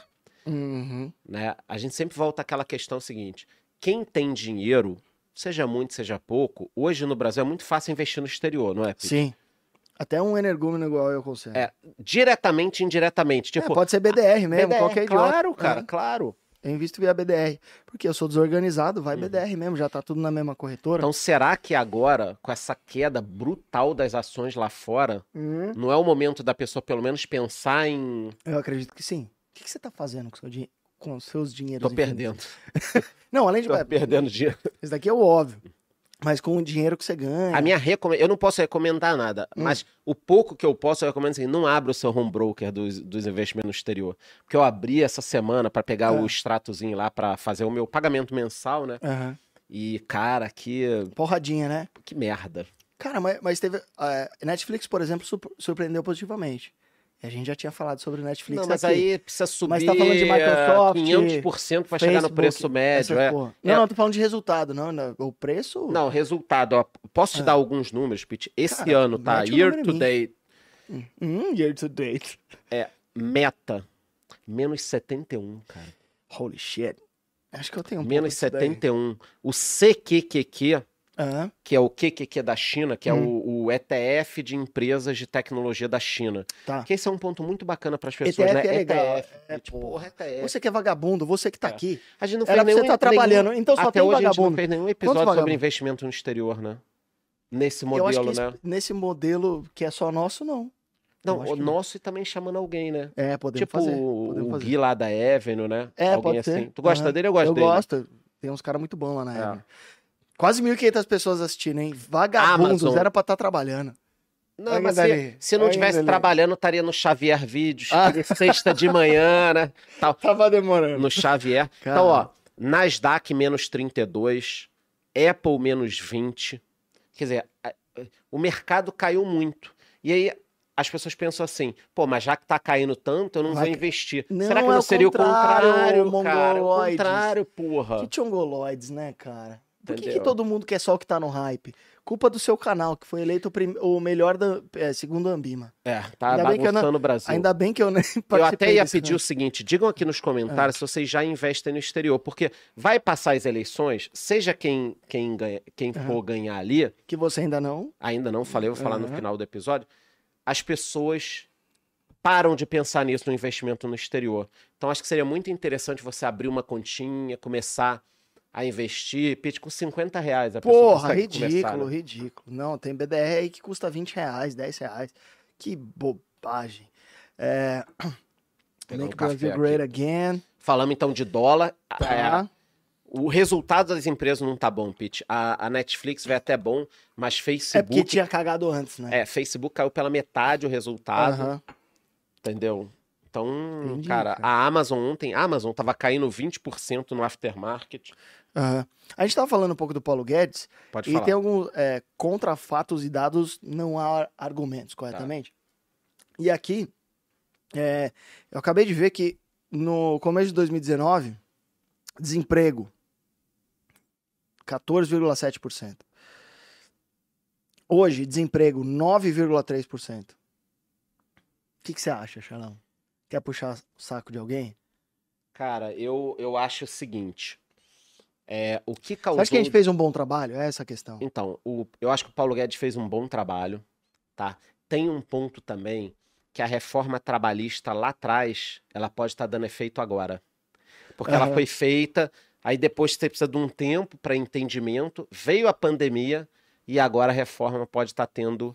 Uhum. né? A gente sempre volta àquela questão seguinte: quem tem dinheiro, seja muito, seja pouco, hoje no Brasil é muito fácil investir no exterior, não é? Pete? Sim. Até um energúmeno igual eu consigo. É, Diretamente, indiretamente. É, Tipo, pode ser BDR mesmo, BDR, qualquer idiota. É, né? Claro, cara, claro. Eu invisto via BDR. Porque eu sou desorganizado, vai Uhum. BDR mesmo, já tá tudo na mesma corretora. Então, será que agora, com essa queda brutal das ações lá fora, Hum. não é o momento da pessoa, pelo menos, pensar em. Eu acredito que sim. O que, que você tá fazendo com, seu dinhe- com os seus dinheiros? Tô infinitos? perdendo. Não, além de. Tô perdendo dinheiro. Isso daqui é o óbvio. Mas com o dinheiro que você ganha. A minha recome... Eu não posso recomendar nada, É. Hum. mas o pouco que eu posso, eu recomendo assim: não abra o seu home broker dos, dos investimentos no exterior. Porque eu abri essa semana para pegar É. o extratozinho lá para fazer o meu pagamento mensal, né? Aham. E, cara, que, Porradinha, né? que merda. Cara, mas, mas teve. A Netflix, por exemplo, sur- surpreendeu positivamente. E a gente já tinha falado sobre Netflix. não, mas aqui. aí precisa subir Mas tá falando de eh, Microsoft, 500% vai chegar no Facebook, preço médio. Essas é. porra. Não, não, tô falando de resultado, não. não. O preço. Não, resultado, ó, posso te Ah. dar alguns números, Pete? Esse Cara, ano, tá? mete o Year número em to mim. date, Hum, year to date. meta, menos 71, cara. Holy shit. Acho que eu tenho um menos pouco disso daí. 71. O CQQQ, Aham. que é o QQQ da China, que Hum. é o, o ETF de empresas de tecnologia da China. Tá. Que esse é um ponto muito bacana para as pessoas, ETF né? é legal. ETF. É, tipo, pô. porra, ETF. Você que é vagabundo, você que tá É. aqui. A gente não fez Era pra nenhum, você tá nenhum- trabalhando. Então só Até tem hoje a gente não vagabundo. fez nenhum episódio vagabundo? sobre investimento no exterior, né? Nesse eu acho modelo, que né? esse- nesse modelo que é só nosso, não. Não, eu acho o que não. nosso e também chamando alguém, né? É, podemos tipo fazer. o, podemos o fazer. Gui lá da Avenue, né? É, alguém pode ser. assim. Tu gosta Aham. dele? Eu gosto eu dele. gosto. Tem uns caras muito bons lá na É. época. Quase 1.500 pessoas assistindo, hein? Vagabundos, Amazon. era pra estar trabalhando. Não, Olha mas ele se, ali, se não olha tivesse ele ali. trabalhando, estaria no Xavier Vídeos, Ah. toda sexta de manhã, né? Tal, Tava demorando. no Xavier. Então, ó, Nasdaq menos 32, Apple menos 20. Quer dizer, a- o mercado caiu muito. E aí as pessoas pensam assim, pô, mas já que tá caindo tanto, eu não Vai vou ca- investir. Não, Será que é não o seria o contrário, contrário, cara? O mongoloides. contrário, porra. Que tchongoloides, né, cara? Por que que, Ah. Entendeu? todo mundo quer só o que tá no hype? Culpa do seu canal, que foi eleito o, prim- o melhor da... é, segundo a Ambima. É, tá Ainda bem que eu bagunçando o Brasil. Ainda bem que eu nem Eu até participei né? É. ia desse pedir o seguinte: digam aqui nos comentários se vocês já investem no exterior, porque vai passar as eleições, seja quem, quem, ganha- quem Aham. for ganhar ali, Que você ainda não. ainda não falei, eu vou falar no Aham. final do episódio, as pessoas param de pensar nisso no investimento no exterior. Então acho que seria muito interessante você abrir uma continha, começar a investir, Pete, com 50 reais a pessoa Porra, consegue ridículo, começar, né? ridículo. Não, tem BDR aí que custa 20 reais, 10 reais. Que bobagem. É... Pegar um Make café Brazil aqui. Great Again. Falamos então de dólar. é, Tá. O resultado das empresas não tá bom, Pete. A, a Netflix vai até bom, mas É porque Facebook. tinha cagado antes, né? É, Facebook caiu pela metade o resultado, Aham. entendeu? Então, Entendi, cara, cara. a Amazon ontem, a Amazon tava caindo 20% no aftermarket. aham. A gente tava falando um pouco do Paulo Guedes. Pode E falar. tem alguns é, contra fatos e dados, não há argumentos, corretamente? Tá. E aqui, é, eu acabei de ver que no começo de 2019, desemprego 14,7%. Hoje, desemprego 9,3%. O que, que você acha, Xalão? Quer puxar o saco de alguém? Cara, eu, eu acho o seguinte. É, o que Você causou. acha que a gente fez um bom trabalho? É essa a questão. Então, o- eu acho que o Paulo Guedes fez um bom trabalho, tá? Tem um ponto também que a reforma trabalhista lá atrás, ela pode estar dando efeito agora. Porque ela Aham. foi feita, aí depois você precisa de um tempo para entendimento, veio a pandemia e agora a reforma pode estar tendo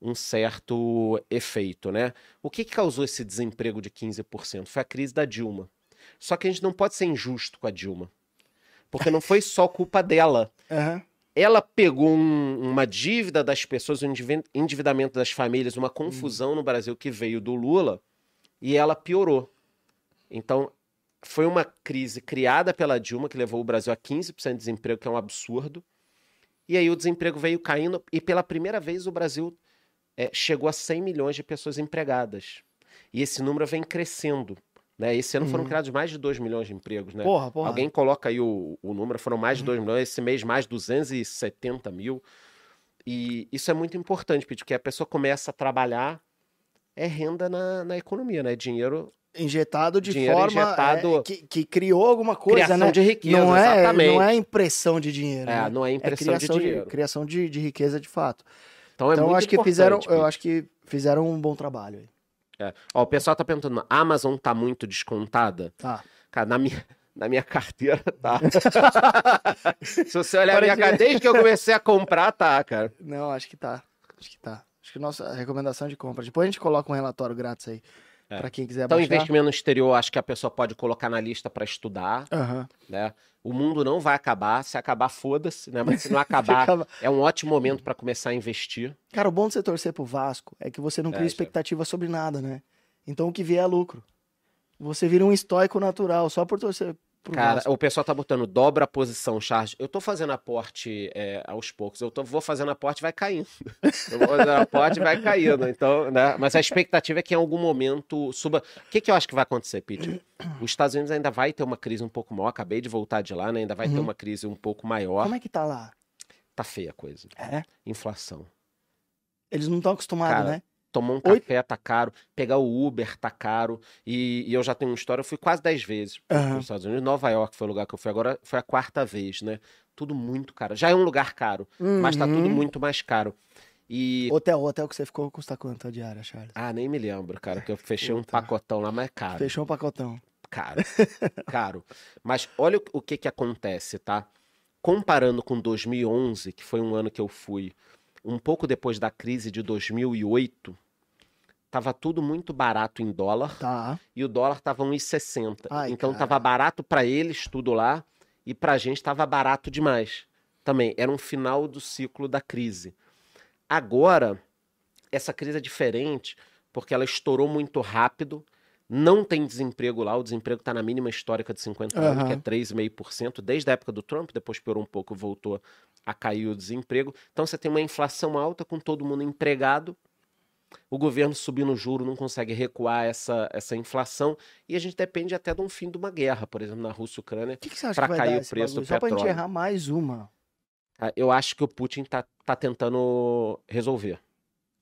um certo efeito, né? O que, que causou esse desemprego de 15%? Foi a crise da Dilma. Só que a gente não pode ser injusto com a Dilma. Porque não foi só culpa dela Aham. ela pegou um- uma dívida das pessoas, um endiven- endividamento das famílias, uma confusão no Brasil que veio do Lula e ela piorou. Então, foi uma crise criada pela Dilma que levou o Brasil a 15% de desemprego, que é um absurdo. E aí o desemprego veio caindo e pela primeira vez o Brasil é, chegou a 100 milhões de pessoas empregadas. E esse número vem crescendo. Né? Esse ano foram Uhum. criados mais de 2 milhões de empregos, né? Porra, porra. Uhum. Alguém coloca aí o, o número, foram mais de 2 milhões, esse mês mais 270 mil. E isso é muito importante, Pete, porque a pessoa começa a trabalhar, é renda na, na economia, né? Dinheiro, injetado de Dinheiro forma injetado- é, que, que criou alguma coisa, criação né? de riqueza, não é, exatamente. não é impressão de dinheiro, É, né? não é É impressão de criação de, dinheiro. criação de, de riqueza de fato. Então, é então eu muito acho que fizeram, importante, eu Pete. acho que fizeram um bom trabalho. aí. É. Ó, o pessoal tá perguntando, a Amazon tá muito descontada? Tá. Cara, na minha, na minha carteira tá. Se você olhar a minha Parece- carteira, desde que eu comecei a comprar, tá, cara. Não, acho que tá. Acho que tá. Acho que nossa recomendação de compra. Depois a gente coloca um relatório grátis aí. É. Pra quem quiser Então, baixar. investimento no exterior, acho que a pessoa pode colocar na lista para estudar, Aham. né? O mundo não vai acabar. Se acabar, foda-se, né? Mas se não acabar, Ficava- é um ótimo momento para começar a investir. Cara, o bom de você torcer pro Vasco é que você não É, cria isso é. expectativa sobre nada, né? Então o que vier é lucro. Você vira um estoico natural só por torcer pro Cara, Vasco. o pessoal tá botando dobra a posição, charge. Eu tô fazendo aporte é, aos poucos. Eu tô, vou fazendo aporte e vai caindo. Eu vou fazendo aporte e vai caindo. Então, né? Mas a expectativa é que em algum momento suba. O que, que eu acho que vai acontecer, Pete? Os Estados Unidos ainda vai ter uma crise um pouco maior. Acabei de voltar de lá, né? Ainda vai ter Uhum. uma crise um pouco maior. Como é que tá lá? Tá feia a coisa. É? Inflação. Eles não estão acostumados, Cara, né? Tomar um Oito- café tá caro, pegar o Uber tá caro. E, e eu já tenho uma história, eu fui quase 10 vezes Aham. nos Estados Unidos. Nova York foi o lugar que eu fui agora, foi a quarta vez, né? Tudo muito caro. Já é um lugar caro, mas tá tudo Uhum. muito mais caro. E. Hotel, hotel que você ficou custa quanto a diária, Charles? Ah, nem me lembro, cara, que eu fechei um Puta. pacotão lá, mas é caro. Fechou um pacotão. Caro. caro. Mas olha o- o que que acontece, tá? Comparando com 2011, que foi um ano que eu fui, um pouco depois da crise de 2008, tava tudo muito barato em dólar. Tá. e o dólar tava 1,60. Ai, então cara. tava barato para eles tudo lá e pra gente tava barato demais. Também era um final do ciclo da crise. Agora essa crise é diferente porque ela estourou muito rápido. Não tem desemprego lá, o desemprego está na mínima histórica de 50 anos, que é Aham. 3,5%, desde a época do Trump, depois piorou um pouco, voltou a cair o desemprego. Então você tem uma inflação alta com todo mundo empregado, o governo subindo o juro não consegue recuar essa, essa inflação e a gente depende até de um fim de uma guerra, por exemplo, na Rússia e Ucrânia. O que, que você acha Pra que vai cair dar o esse preço do bagulho? Só pra gente petróleo. errar mais uma. Ah, Eu acho que o Putin tá, tá tentando resolver.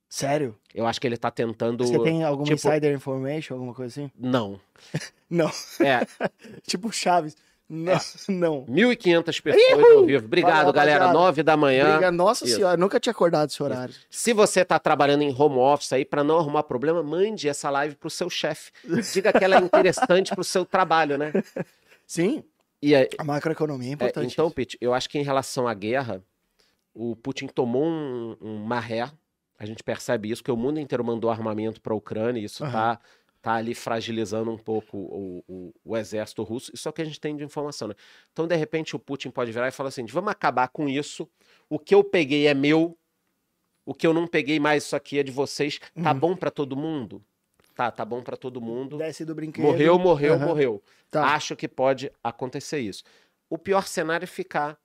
Sério? Eu acho que ele tá tentando. Você tem alguma tipo- insider information, alguma coisa assim? Não. Não. É, Tipo Chaves. Não, não. 1.500 pessoas ao vivo. Obrigado, Valeu, galera. rapaziada. 9 da manhã. Briga- Nossa Isso. senhora, eu nunca tinha acordado esse horário. Se você tá trabalhando em home office aí, para não arrumar problema, mande essa live pro seu chefe. Diga que ela é interessante pro seu trabalho, né? Sim, E aí, a macroeconomia é É, importante. então, Pete, eu acho que em relação à guerra, o Putin tomou um, um maré. A gente percebe isso, porque o mundo inteiro mandou armamento para a Ucrânia, e isso Aham. está tá ali fragilizando um pouco o, o- o exército russo. Isso é o que a gente tem de informação. Né? Então, de repente, o Putin pode virar e falar assim: vamos acabar com isso. O que eu peguei é meu. O que eu não peguei mais, isso aqui é de vocês. Tá Uhum. bom para todo mundo? Tá, tá bom para todo mundo. Desce do brinquedo. Morreu, morreu, Aham. morreu. Tá. Acho que pode acontecer isso. O pior cenário é ficar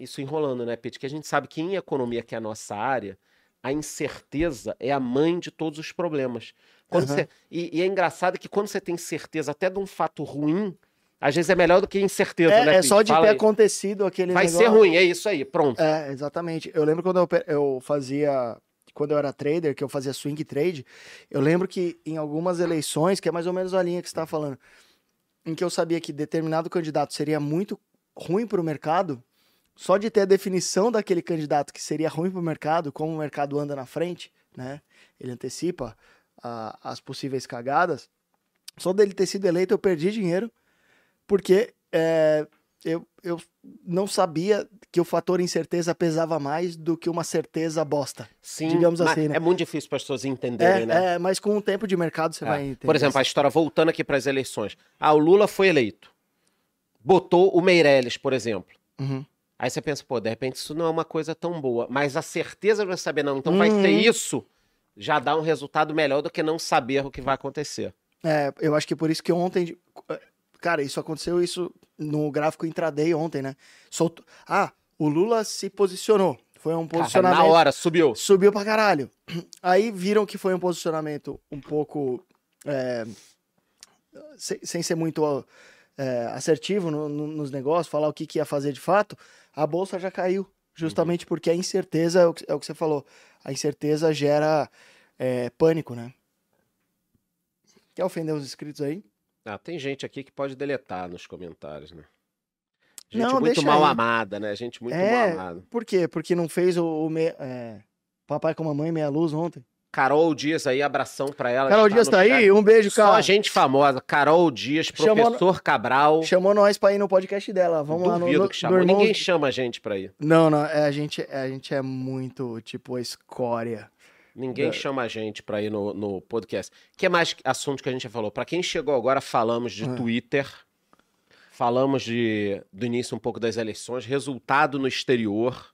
isso enrolando, né, Pete? Que a gente sabe que em economia, que é a nossa área, a incerteza é a mãe de todos os problemas. Quando Aham. você- E, e é engraçado que quando você tem certeza até de um fato ruim, às vezes é melhor do que incerteza, é, né? é Pete? só de Fala ter aí. acontecido aquele Vai negócio. ser ruim, é isso aí, pronto. É, exatamente. Eu lembro quando eu, pe- eu fazia. Quando eu era trader, que eu fazia swing trade, eu lembro que em algumas eleições, que é mais ou menos a linha que você está falando, em que eu sabia que determinado candidato seria muito ruim para o mercado, só de ter a definição daquele candidato que seria ruim para o mercado, como o mercado anda na frente, né? Ele antecipa a- as possíveis cagadas. Só dele ter sido eleito, eu perdi dinheiro, porque é, eu, eu não sabia que o fator incerteza pesava mais do que uma certeza bosta. Sim, digamos mas assim, né? é muito difícil para as pessoas entenderem, É, né? é, mas com o tempo de mercado você É. vai entender. Por exemplo, a história voltando aqui para as eleições. Ah, o Lula foi eleito. Botou o Meirelles, por exemplo. Uhum. Aí você pensa, pô, de repente isso não é uma coisa tão boa. Mas a certeza de você saber, não, então vai Uhum. ser isso, já dá um resultado melhor do que não saber o que vai acontecer. É, eu acho que por isso que ontem. Cara, isso aconteceu isso no gráfico intraday ontem, né? Soltou... Ah, o Lula se posicionou. Foi um Cara, posicionamento. na hora, subiu. Subiu pra caralho. Aí viram que foi um posicionamento um pouco. é, sem, sem ser muito é, assertivo no- no- nos negócios, falar o que, que ia fazer de fato. A bolsa já caiu. Justamente porque a incerteza é o, que, é o que você falou. A incerteza gera é, pânico, né? Quer ofender os inscritos aí? Ah, tem gente aqui que pode deletar nos comentários, né? Gente Não, muito deixa mal aí. amada, né? Gente muito É. mal amada. Por quê? Porque não fez o, o me- é, Papai com Mamãe Meia Luz ontem. Carol Dias aí, abração pra ela. Carol está Dias no tá chat. aí? Um beijo, Só cara. gente famosa. Carol Dias, Chamou no- professor Cabral. Chamou nós pra ir no podcast dela. Vamos lá no, Duvido no, que no chamou. Irmãos- Ninguém chama a gente pra ir. Não, não, é, a, gente, é, a gente é muito, tipo, a escória Ninguém chama a gente pra ir no, no podcast. que é mais assunto que a gente já falou? Pra quem chegou agora, falamos de Ah. Twitter, falamos de, do início um pouco das eleições, resultado no exterior.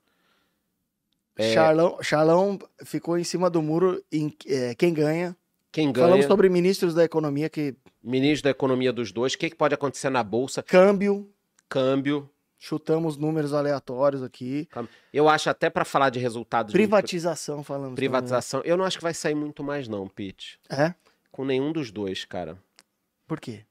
É. Charlão, Charlão ficou em cima do muro em é, quem ganha. Quem ganha, Falamos sobre ministros da economia que ministro da economia dos dois, o que, que pode acontecer na Bolsa, câmbio, câmbio. chutamos números aleatórios aqui. Eu acho até pra falar de resultados... do- Privatização, falamos. também. privatização. Eu não acho que vai sair muito mais não, Pete. É? Com nenhum dos dois, cara. Por quê?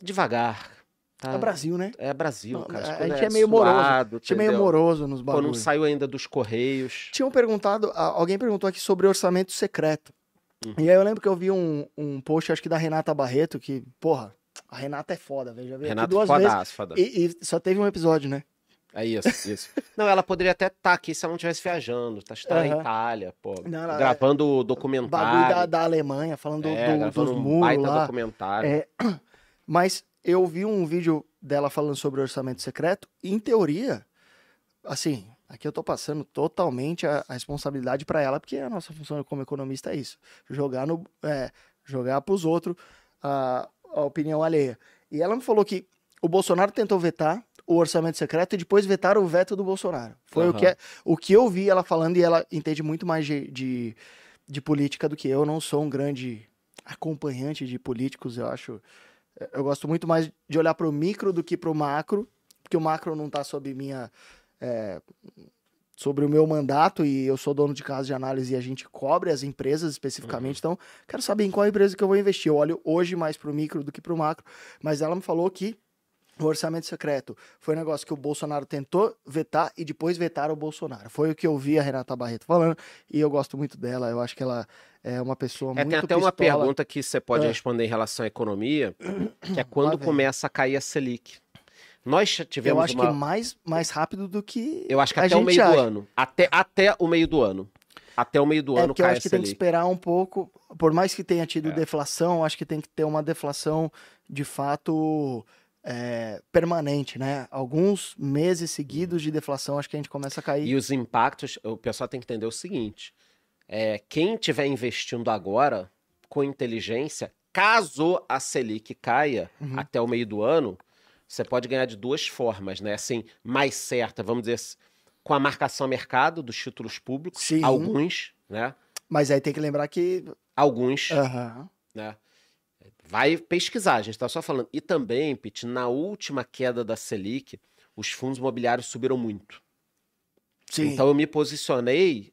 Devagar. tá? É Brasil, né? É Brasil, Não, cara. a As coisas gente é meio moroso. suado, A gente é meio entendeu? moroso nos Pô, não bagulhos. saiu ainda dos Correios. Tinham perguntado, a- alguém perguntou aqui sobre orçamento secreto. Uhum. E aí eu lembro que eu vi um, um post, acho que da Renata Barreto, que, porra, a Renata é foda, velho. Já veio aqui Renato duas vezes. fodaço, fodaço. E, e só teve um episódio, né? É isso, isso. não, ela poderia até estar aqui se ela não estivesse viajando. Tá, tá na Aham. Itália, pô. Não, não, gravando o O bagulho da, documentário. da Alemanha, falando do- é, do- gravando dos um baita muros lá. documentário. É, Mas eu vi um vídeo dela falando sobre orçamento secreto. E, em teoria, assim, aqui eu tô passando totalmente a, a responsabilidade para ela, porque a nossa função como economista é isso: jogar no, é, jogar para os outros a, a opinião alheia. E ela me falou que o Bolsonaro tentou vetar o orçamento secreto e depois vetaram o veto do Bolsonaro. Foi Aham. o, que, é, o que eu vi ela falando e ela entende muito mais de, de, de política do que eu. Eu não sou um grande acompanhante de políticos, eu acho. Eu gosto muito mais de olhar para o micro do que para o macro, porque o macro não está sob minha. é, sobre o meu mandato e eu sou dono de casa de análise e a gente cobre as empresas especificamente. Uhum. Então, quero saber em qual empresa que eu vou investir. Eu olho hoje mais para o micro do que para o macro, mas ela me falou que o orçamento secreto foi um negócio que o Bolsonaro tentou vetar e depois vetaram o Bolsonaro. Foi o que eu vi a Renata Barreto falando e eu gosto muito dela. Eu acho que ela é uma pessoa É, muito tem até uma pistola. pergunta que você pode Ah. responder em relação à economia, que é quando vem. começa a cair a Selic. Nós já Eu tivemos acho uma. que mais, mais rápido do que. Eu acho que a até o gente meio do acha. ano. Até, até o meio do ano. Até o meio do É ano porque eu cai a acho que tem que Selic. esperar um pouco. Por mais que tenha tido É. deflação, eu acho que tem que ter uma deflação de fato é, permanente, né? Alguns meses seguidos de deflação, acho que a gente começa a cair. Uhum. E os impactos, o pessoal tem que entender o seguinte: é, quem estiver investindo agora, com inteligência, caso a Selic caia Uhum. até o meio do ano, você pode ganhar de duas formas, né? Assim, mais certa, vamos dizer, assim, com a marcação a mercado dos títulos públicos, Sim. alguns, né? Mas aí tem que lembrar que. Alguns, É. Aham. né? Vai pesquisar, a gente está só falando. E também, Pete, na última queda da Selic, os fundos imobiliários subiram muito. Sim. Então eu me posicionei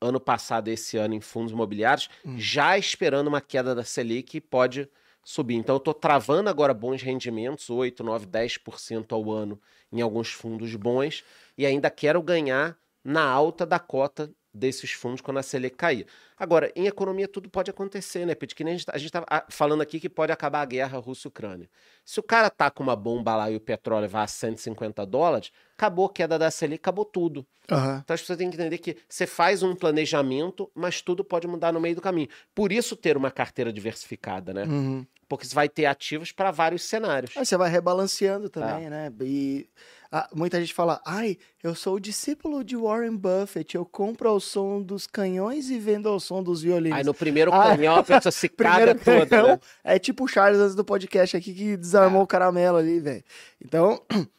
ano passado, esse ano, em fundos imobiliários, Hum. já esperando uma queda da Selic e pode subir. Então eu estou travando agora bons rendimentos, 8, 9, 10% ao ano em alguns fundos bons, e ainda quero ganhar na alta da cota desses fundos quando a Selic cair. Agora, em economia tudo pode acontecer, né, Pete? Que nem a gente tá- a gente estava falando aqui que pode acabar a guerra Rússia-Ucrânia. Se o cara tá com uma bomba lá e o petróleo vai a 150 dólares, acabou a queda da Selic, acabou tudo. Aham. Então as pessoas têm que entender que você faz um planejamento, mas tudo pode mudar no meio do caminho. Por isso ter uma carteira diversificada, né? Uhum. Porque você vai ter ativos para vários cenários. Aí você vai rebalanceando É. também, né? E ah, muita gente fala: ai, eu sou o discípulo de Warren Buffett, eu compro ao som dos canhões e vendo ao som dos violinos. Aí no primeiro Ah, canhão a pessoa se caga Primeiro toda, canhão né? é tipo o Charles antes do podcast aqui que desarmou É. o caramelo ali, velho. Então,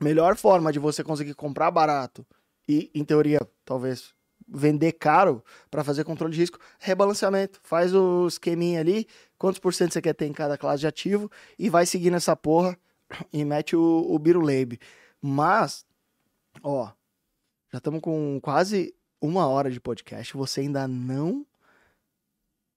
melhor forma de você conseguir comprar barato e, em teoria, talvez vender caro pra fazer controle de risco, é rebalanceamento. Faz o esqueminha ali, quantos por cento você quer ter em cada classe de ativo e vai seguindo essa porra e mete o, o Biruleibe. Mas, ó, já estamos com quase uma hora de podcast. Você ainda não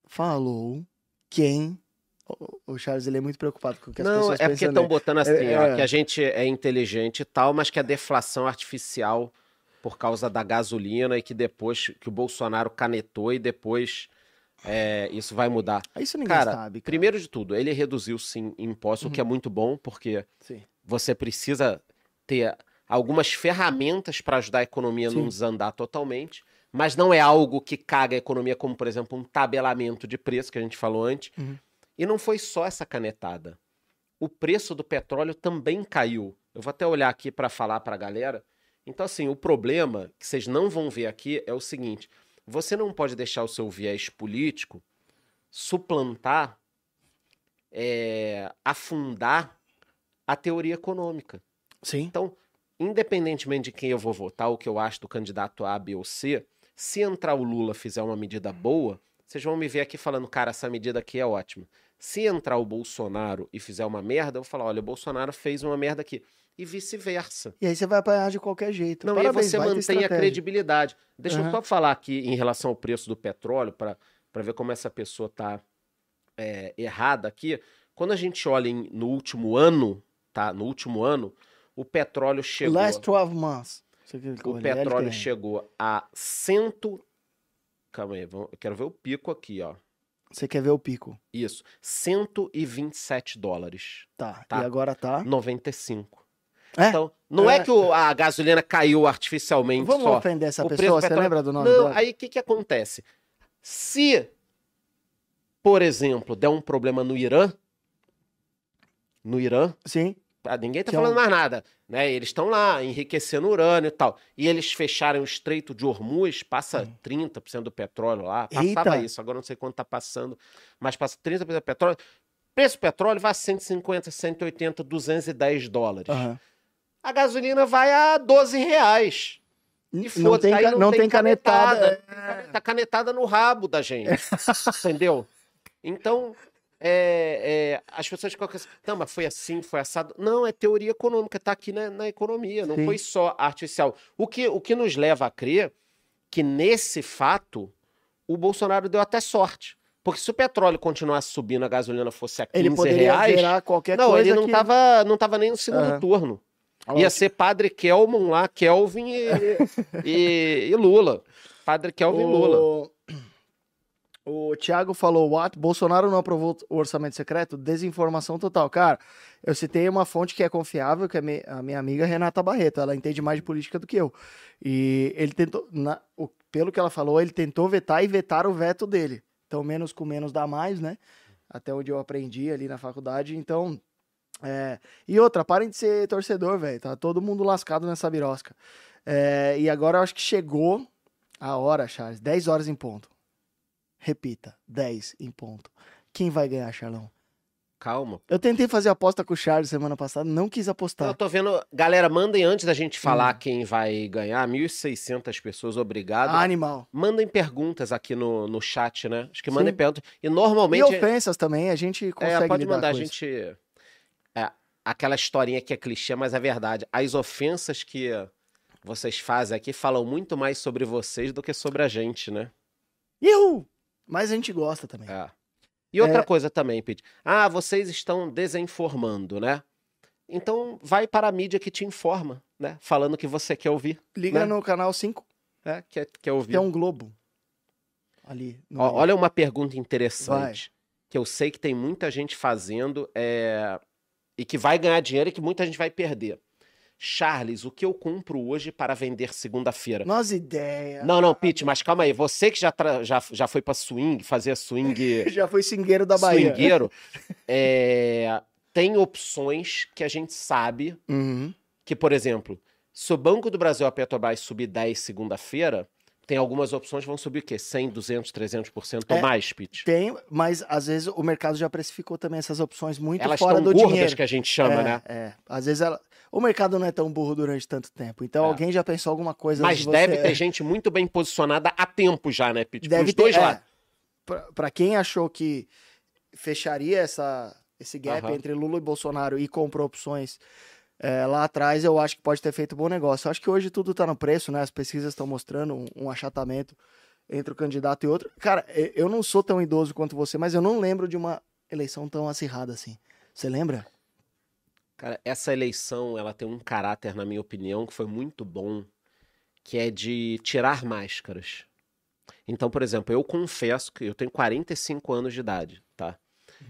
falou quem. O- O Charles ele é muito preocupado com o que as Não, pessoas é porque pensam. estão nele. botando assim, É, ó, é. que a gente é inteligente e tal, mas que a deflação artificial por causa da gasolina e que depois que o Bolsonaro canetou e depois é, isso vai mudar. Isso ninguém Cara, sabe. cara. Primeiro de tudo, ele reduziu sim impostos, o que é muito bom, porque Sim. você precisa ter algumas ferramentas para ajudar a economia a não Sim. desandar totalmente, mas não é algo que caga a economia, como, por exemplo, um tabelamento de preço, que a gente falou antes. Uhum. E não foi só essa canetada. O preço do petróleo também caiu. Eu vou até olhar aqui para falar para a galera. Então, assim, o problema que vocês não vão ver aqui é o seguinte: Você não pode deixar o seu viés político suplantar, é, afundar a teoria econômica. Sim. Então, independentemente de quem eu vou votar, o que eu acho do candidato A, B ou C, se entrar o Lula fizer uma medida boa, vocês vão me ver aqui falando, cara, essa medida aqui é ótima. Se entrar o Bolsonaro e fizer uma merda, eu vou falar, olha, o Bolsonaro fez uma merda aqui. E vice-versa. E aí você vai apanhar de qualquer jeito. Não, Parabéns, e você vai ter mantém a estratégia. credibilidade. Deixa Aham. eu só falar aqui em relação ao preço do petróleo, para ver como essa pessoa tá é, errada aqui. Quando a gente olha em- no último ano, tá? No último ano, o petróleo chegou. Last 12 months. Isso aqui, O olha, petróleo ele tem. chegou a 100. Calma aí, vamos- eu quero ver o pico aqui, ó. Você quer ver o pico? Isso, 127 dólares, Tá. Tá. E agora tá. 95. É? Então, não é, É. que o- a gasolina caiu artificialmente Vamos só. ofender essa O preço pessoa? do Você petróleo- lembra do nome Não, dela? aí o que, que acontece? Se, por exemplo, der um problema no Irã, no Irã, Sim. Ah, ninguém tá Que é falando um- mais nada, né? Eles estão lá enriquecendo urânio e tal. E eles fecharam o Estreito de Hormuz, passa 30% do petróleo lá. Passava Eita! isso, agora não sei quanto tá passando, mas passa 30% do petróleo. Preço do petróleo vai a 150, 180, 210 dólares. Aham. A gasolina vai a 12 reais. E Não foda-se, tem, aí ca- não tem canetada. É. Tá canetada no rabo da gente. entendeu? Então, é, é, as pessoas colocam assim, não, mas foi assim, foi assado. Não, é teoria econômica, tá aqui na, na economia, não Sim. foi só artificial. O que, o que nos leva a crer que nesse fato, o Bolsonaro deu até sorte. Porque se o petróleo continuasse subindo, a gasolina fosse a 15 Ele poderia reais... gerar qualquer Não, coisa. ele não, que... tava, não tava nem no segundo Aham. turno. Olha Ia lá, ser Padre Kelvin lá, Kelvin e, e- e Lula. Padre Kelvin e Lula. O... o Thiago falou, what? Bolsonaro não aprovou o orçamento secreto? Desinformação total. Cara, eu citei uma fonte que é confiável, que é me- a minha amiga Renata Barreto. Ela entende mais de política do que eu. E ele tentou, na- o- pelo que ela falou, ele tentou vetar e vetar o veto dele. Então, menos com menos dá mais, né? Até onde eu aprendi ali na faculdade. Então, é, e outra, parem de ser torcedor, velho. Tá todo mundo lascado nessa birosca. É, e agora eu acho que chegou a hora, Charles. 10 horas em ponto. Repita, 10 em ponto. Quem vai ganhar, Charlão? Calma. Eu tentei fazer aposta com o Charles semana passada, não quis Eu apostar. tô vendo. Galera, mandem antes da gente Hum. falar quem vai ganhar. 1.600 pessoas, obrigado. Animal. Mandem perguntas aqui no, no chat, né? Acho que Sim. mandem perguntas. E E normalmente. ofensas também, a gente é, consegue pode lidar mandar, a com isso. gente. é, aquela historinha que é clichê, mas é verdade. As ofensas que vocês fazem aqui falam muito mais sobre vocês do que sobre a gente, né? Ihu! Mas a gente gosta também. É. E outra coisa também, Pete. Ah, vocês estão desinformando, né? Então vai para a mídia que te informa, né? Falando o que você quer ouvir, Liga né? no canal 5, né? Quer, quer ouvir. tem um globo. Ali. no Ó, meio. olha uma pergunta interessante que eu sei que tem muita gente fazendo é, e que vai ganhar dinheiro e que muita gente vai perder. Charles, o que eu compro hoje para vender segunda-feira? Nossa ideia. Não, não, Pete, mas calma aí. Você que já, tra- já, já foi para swing, fazer swing Já foi singueiro da Bahia. swingueiro, é, tem opções que a gente sabe Uhum. que, por exemplo, se o Banco do Brasil, a Petrobras, subir 10 segunda-feira, tem algumas opções que vão subir o quê? 100, 200, 300% ou É, mais, Pete. Tem, mas às vezes o mercado já precificou também essas opções muito Elas fora estão do gordas dinheiro. que a gente chama, é, né? é. Às vezes ela... o mercado não é tão burro durante tanto tempo. Então É. alguém já pensou alguma coisa. Mas antes de deve você- é. ter gente muito bem posicionada há tempo já, né, Pete? deve Os dois ter, lá. É. Pra- Pra quem achou que fecharia essa, esse gap Aham. entre Lula e Bolsonaro e comprou opções é, lá atrás, eu acho que pode ter feito um bom negócio. Eu acho que hoje tudo tá no preço, né? As pesquisas estão mostrando um, um achatamento entre o candidato e outro. Cara, e- eu não sou tão idoso quanto você, mas eu não lembro de uma eleição tão acirrada assim. Você lembra? Cara, essa eleição, ela tem um caráter, na minha opinião, que foi muito bom, que é de tirar máscaras. Então, por exemplo, eu confesso que eu tenho 45 anos de idade, tá?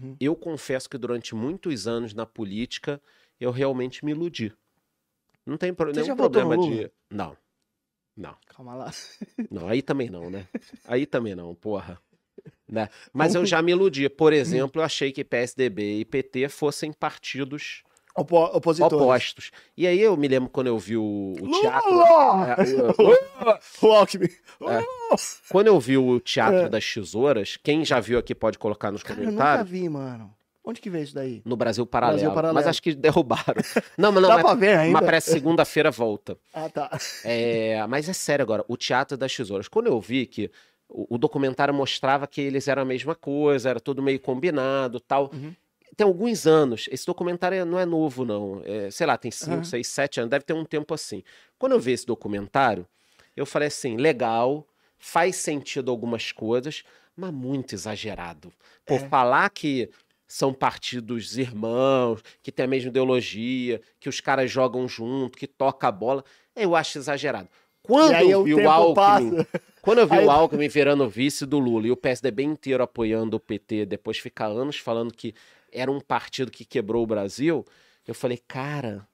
Uhum. Eu confesso que durante muitos anos na política, eu realmente me iludi. Não tem pro- Você já nenhum votou no problema Lula? de... Não, não, Calma lá. não. Aí também não, né? Aí também não, porra. Né? Uhum. Mas eu já me iludi. Por exemplo, eu achei que PSDB e PT fossem partidos Opo né? opositores. opostos. E aí eu me lembro quando eu vi o, o teatro. Lula! É, eu- O Alckmin. Quando eu vi o Teatro É. das Tesouras, quem já viu aqui pode colocar nos Cara, eu nunca comentários. vi, mano. Onde que veio isso daí? No Brasil Paralelo. Brasil Paralelo. Mas acho que derrubaram. Não, mas não, Dá mas, pra ver ainda? mas parece segunda-feira volta. Ah, tá. É, mas é sério agora, o Teatro das Tesouras. Quando eu vi que o, o documentário mostrava que eles eram a mesma coisa, era tudo meio combinado tal. Uhum. Tem alguns anos, esse documentário não é novo, não. É, sei lá, tem 5, Aham. 6, 7 anos, deve ter um tempo assim. Quando eu vi esse documentário, eu falei assim: legal, faz sentido algumas coisas, mas muito exagerado. Por É. falar que são partidos irmãos, que tem a mesma ideologia, que os caras jogam junto, que toca a bola, eu acho exagerado. Quando e aí eu o vi o, tempo Alckmin, passa. quando eu vi Aí- o Alckmin virando vice do Lula e o PSDB inteiro apoiando o PT, depois ficar anos falando que era um partido que quebrou o Brasil, eu falei, cara,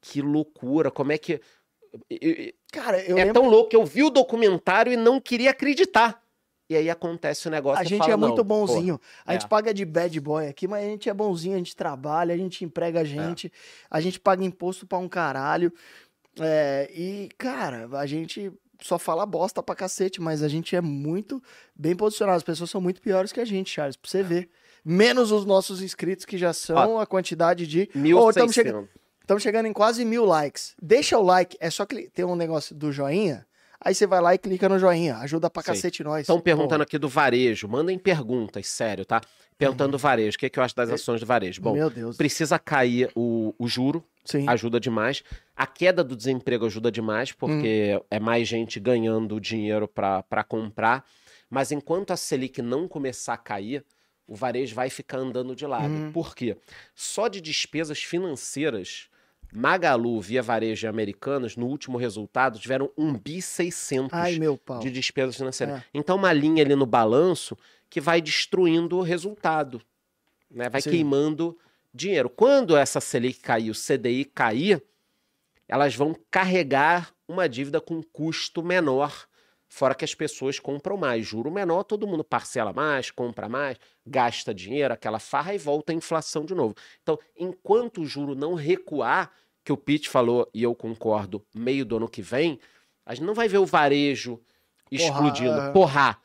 que loucura, como é que. e- Cara, e- eu é lembro. tão louco que eu vi o documentário e não queria acreditar. E aí acontece o negócio A e gente fala, é muito "Não, porra, bonzinho. A gente É. paga de bad boy aqui, mas a gente é bonzinho, a gente trabalha, a gente É. emprega a gente, a gente paga imposto pra um caralho. É, e, cara, a gente só fala bosta pra cacete, mas a gente é muito bem posicionado. As pessoas são muito piores que a gente, Charles, pra É. você ver. Menos os nossos inscritos, que já são Ah. a quantidade de. Ô, tamo 1.600. chegando- Estamos chegando em quase mil likes. Deixa o like, é só que tem um negócio do joinha. Aí você vai lá e clica no joinha. Ajuda pra Sei. cacete nós. Estão perguntando aqui do varejo. Mandem perguntas, sério, tá? Perguntando do varejo. O que, é que eu acho das ações do varejo? Bom, Pô, Uhum. Meu Deus. precisa cair o, o juro, Sim. ajuda demais. A queda do desemprego ajuda demais, Hum. porque é mais gente ganhando dinheiro para comprar. Mas enquanto a Selic não começar a cair, o varejo vai ficar andando de lado. Uhum. Por quê? Só de despesas financeiras, Magalu, Via Varejo e Americanas, no último resultado, tiveram 1 bi 600 Ai, meu pau. de despesas financeiras. É. Então, uma linha ali no balanço que vai destruindo o resultado, né? vai Sim. queimando dinheiro. Quando essa Selic cair, o CDI cair, elas vão carregar uma dívida com custo menor, fora que as pessoas compram mais. Juro menor, todo mundo parcela mais, compra mais, gasta dinheiro, aquela farra e volta a inflação de novo. Então, enquanto o juro não recuar, que o Pitt falou, e eu concordo, meio do ano que vem, a gente não vai ver o varejo explodindo, Porrar. porrar.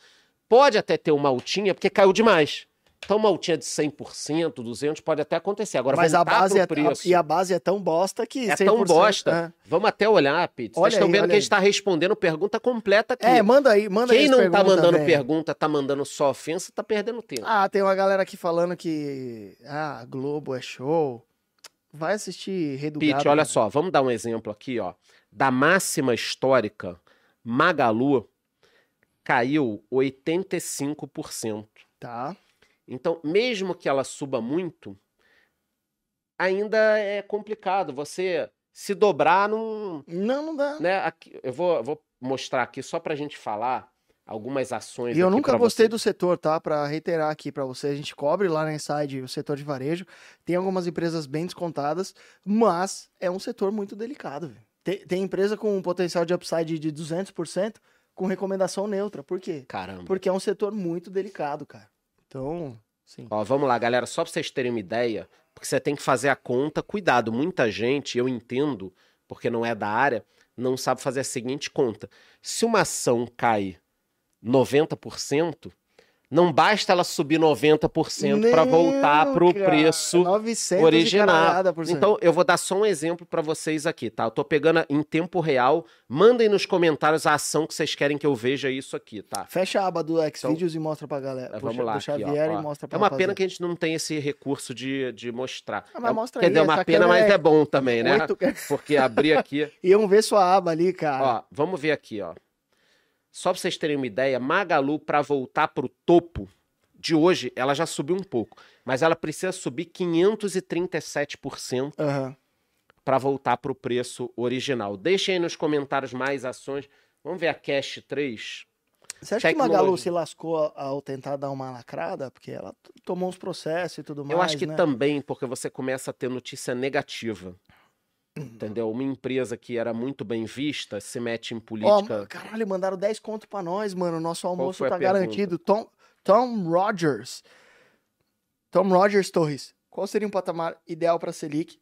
Pode até ter uma altinha, porque caiu demais. Então, uma altinha de 100%, 200% pode até acontecer. Agora, Mas a voltar base pro é preço. a, e a base é tão bosta que É tão 100%, bosta. é. Vamos até olhar, Pete. Olha Vocês estão aí, vendo olha que a gente aí. está respondendo pergunta completa aqui. É, manda aí, manda aí. Quem as não tá perguntas, mandando velho. pergunta, tá mandando só ofensa, tá perdendo tempo. Ah, tem uma galera aqui falando que ah, Globo é show. Vai assistir né? Rei do Pete, Gado, olha cara. só, vamos dar um exemplo aqui, ó. Da máxima histórica, Magalu caiu 85%. Tá. Então, mesmo que ela suba muito, ainda é complicado. Você se dobrar num, Não, não dá. né, aqui- eu vou, eu vou mostrar aqui só pra gente falar algumas ações. E eu aqui nunca pra gostei você. do setor, tá? Pra reiterar aqui pra você, a gente cobre lá na Inside o setor de varejo. Tem algumas empresas bem descontadas, mas é um setor muito delicado, velho. Tem, tem empresa com um potencial de upside de 200% com recomendação neutra. Por quê? Caramba. Porque é um setor muito delicado, cara. Então, sim. Ó, vamos lá, galera, só pra vocês terem uma ideia, porque você tem que fazer a conta, cuidado. Muita gente, eu entendo, porque não é da área, não sabe fazer a seguinte conta. Se uma ação cai 90%, não basta ela subir 90% pra voltar pro preço 900 original. E caralhada por cento. Então, eu vou dar só um exemplo pra vocês aqui, tá? Eu tô pegando a- em tempo real. Mandem nos comentários a ação que vocês querem que eu veja isso aqui, tá? Fecha a aba do Xvideos e mostra pra galera. Então, pro vamos lá do aqui, ó, Xavier ó. e mostra pra É uma rapaziada. pena que a gente não tem esse recurso de, de mostrar. Ah, mas É um- mostra quer aí, dizer, é uma essa pena, mas câmera é bom também, né? Oito- Ah. Porque abrir aqui. Iam ver sua aba ali, cara. ó, vamos ver aqui, ó. Só pra vocês terem uma ideia, Magalu, pra voltar pro topo de hoje, ela já subiu um pouco. Mas ela precisa subir 537%. Aham. para voltar para o preço original. Deixem aí nos comentários mais ações. Vamos ver a Cash 3. Você acha que Tecnologia. Magalu se lascou ao tentar dar uma lacrada? Porque ela t- tomou uns processos e tudo mais. Eu acho que né? também, porque você começa a ter notícia negativa. Entendeu? Uma empresa que era muito bem vista se mete em Ó, política. caralho, mandaram 10 conto pra nós, mano. Nosso almoço foi a tá garantido. Tom, Tom Rogers. Tom Rogers Torres. Qual seria um patamar ideal pra Selic?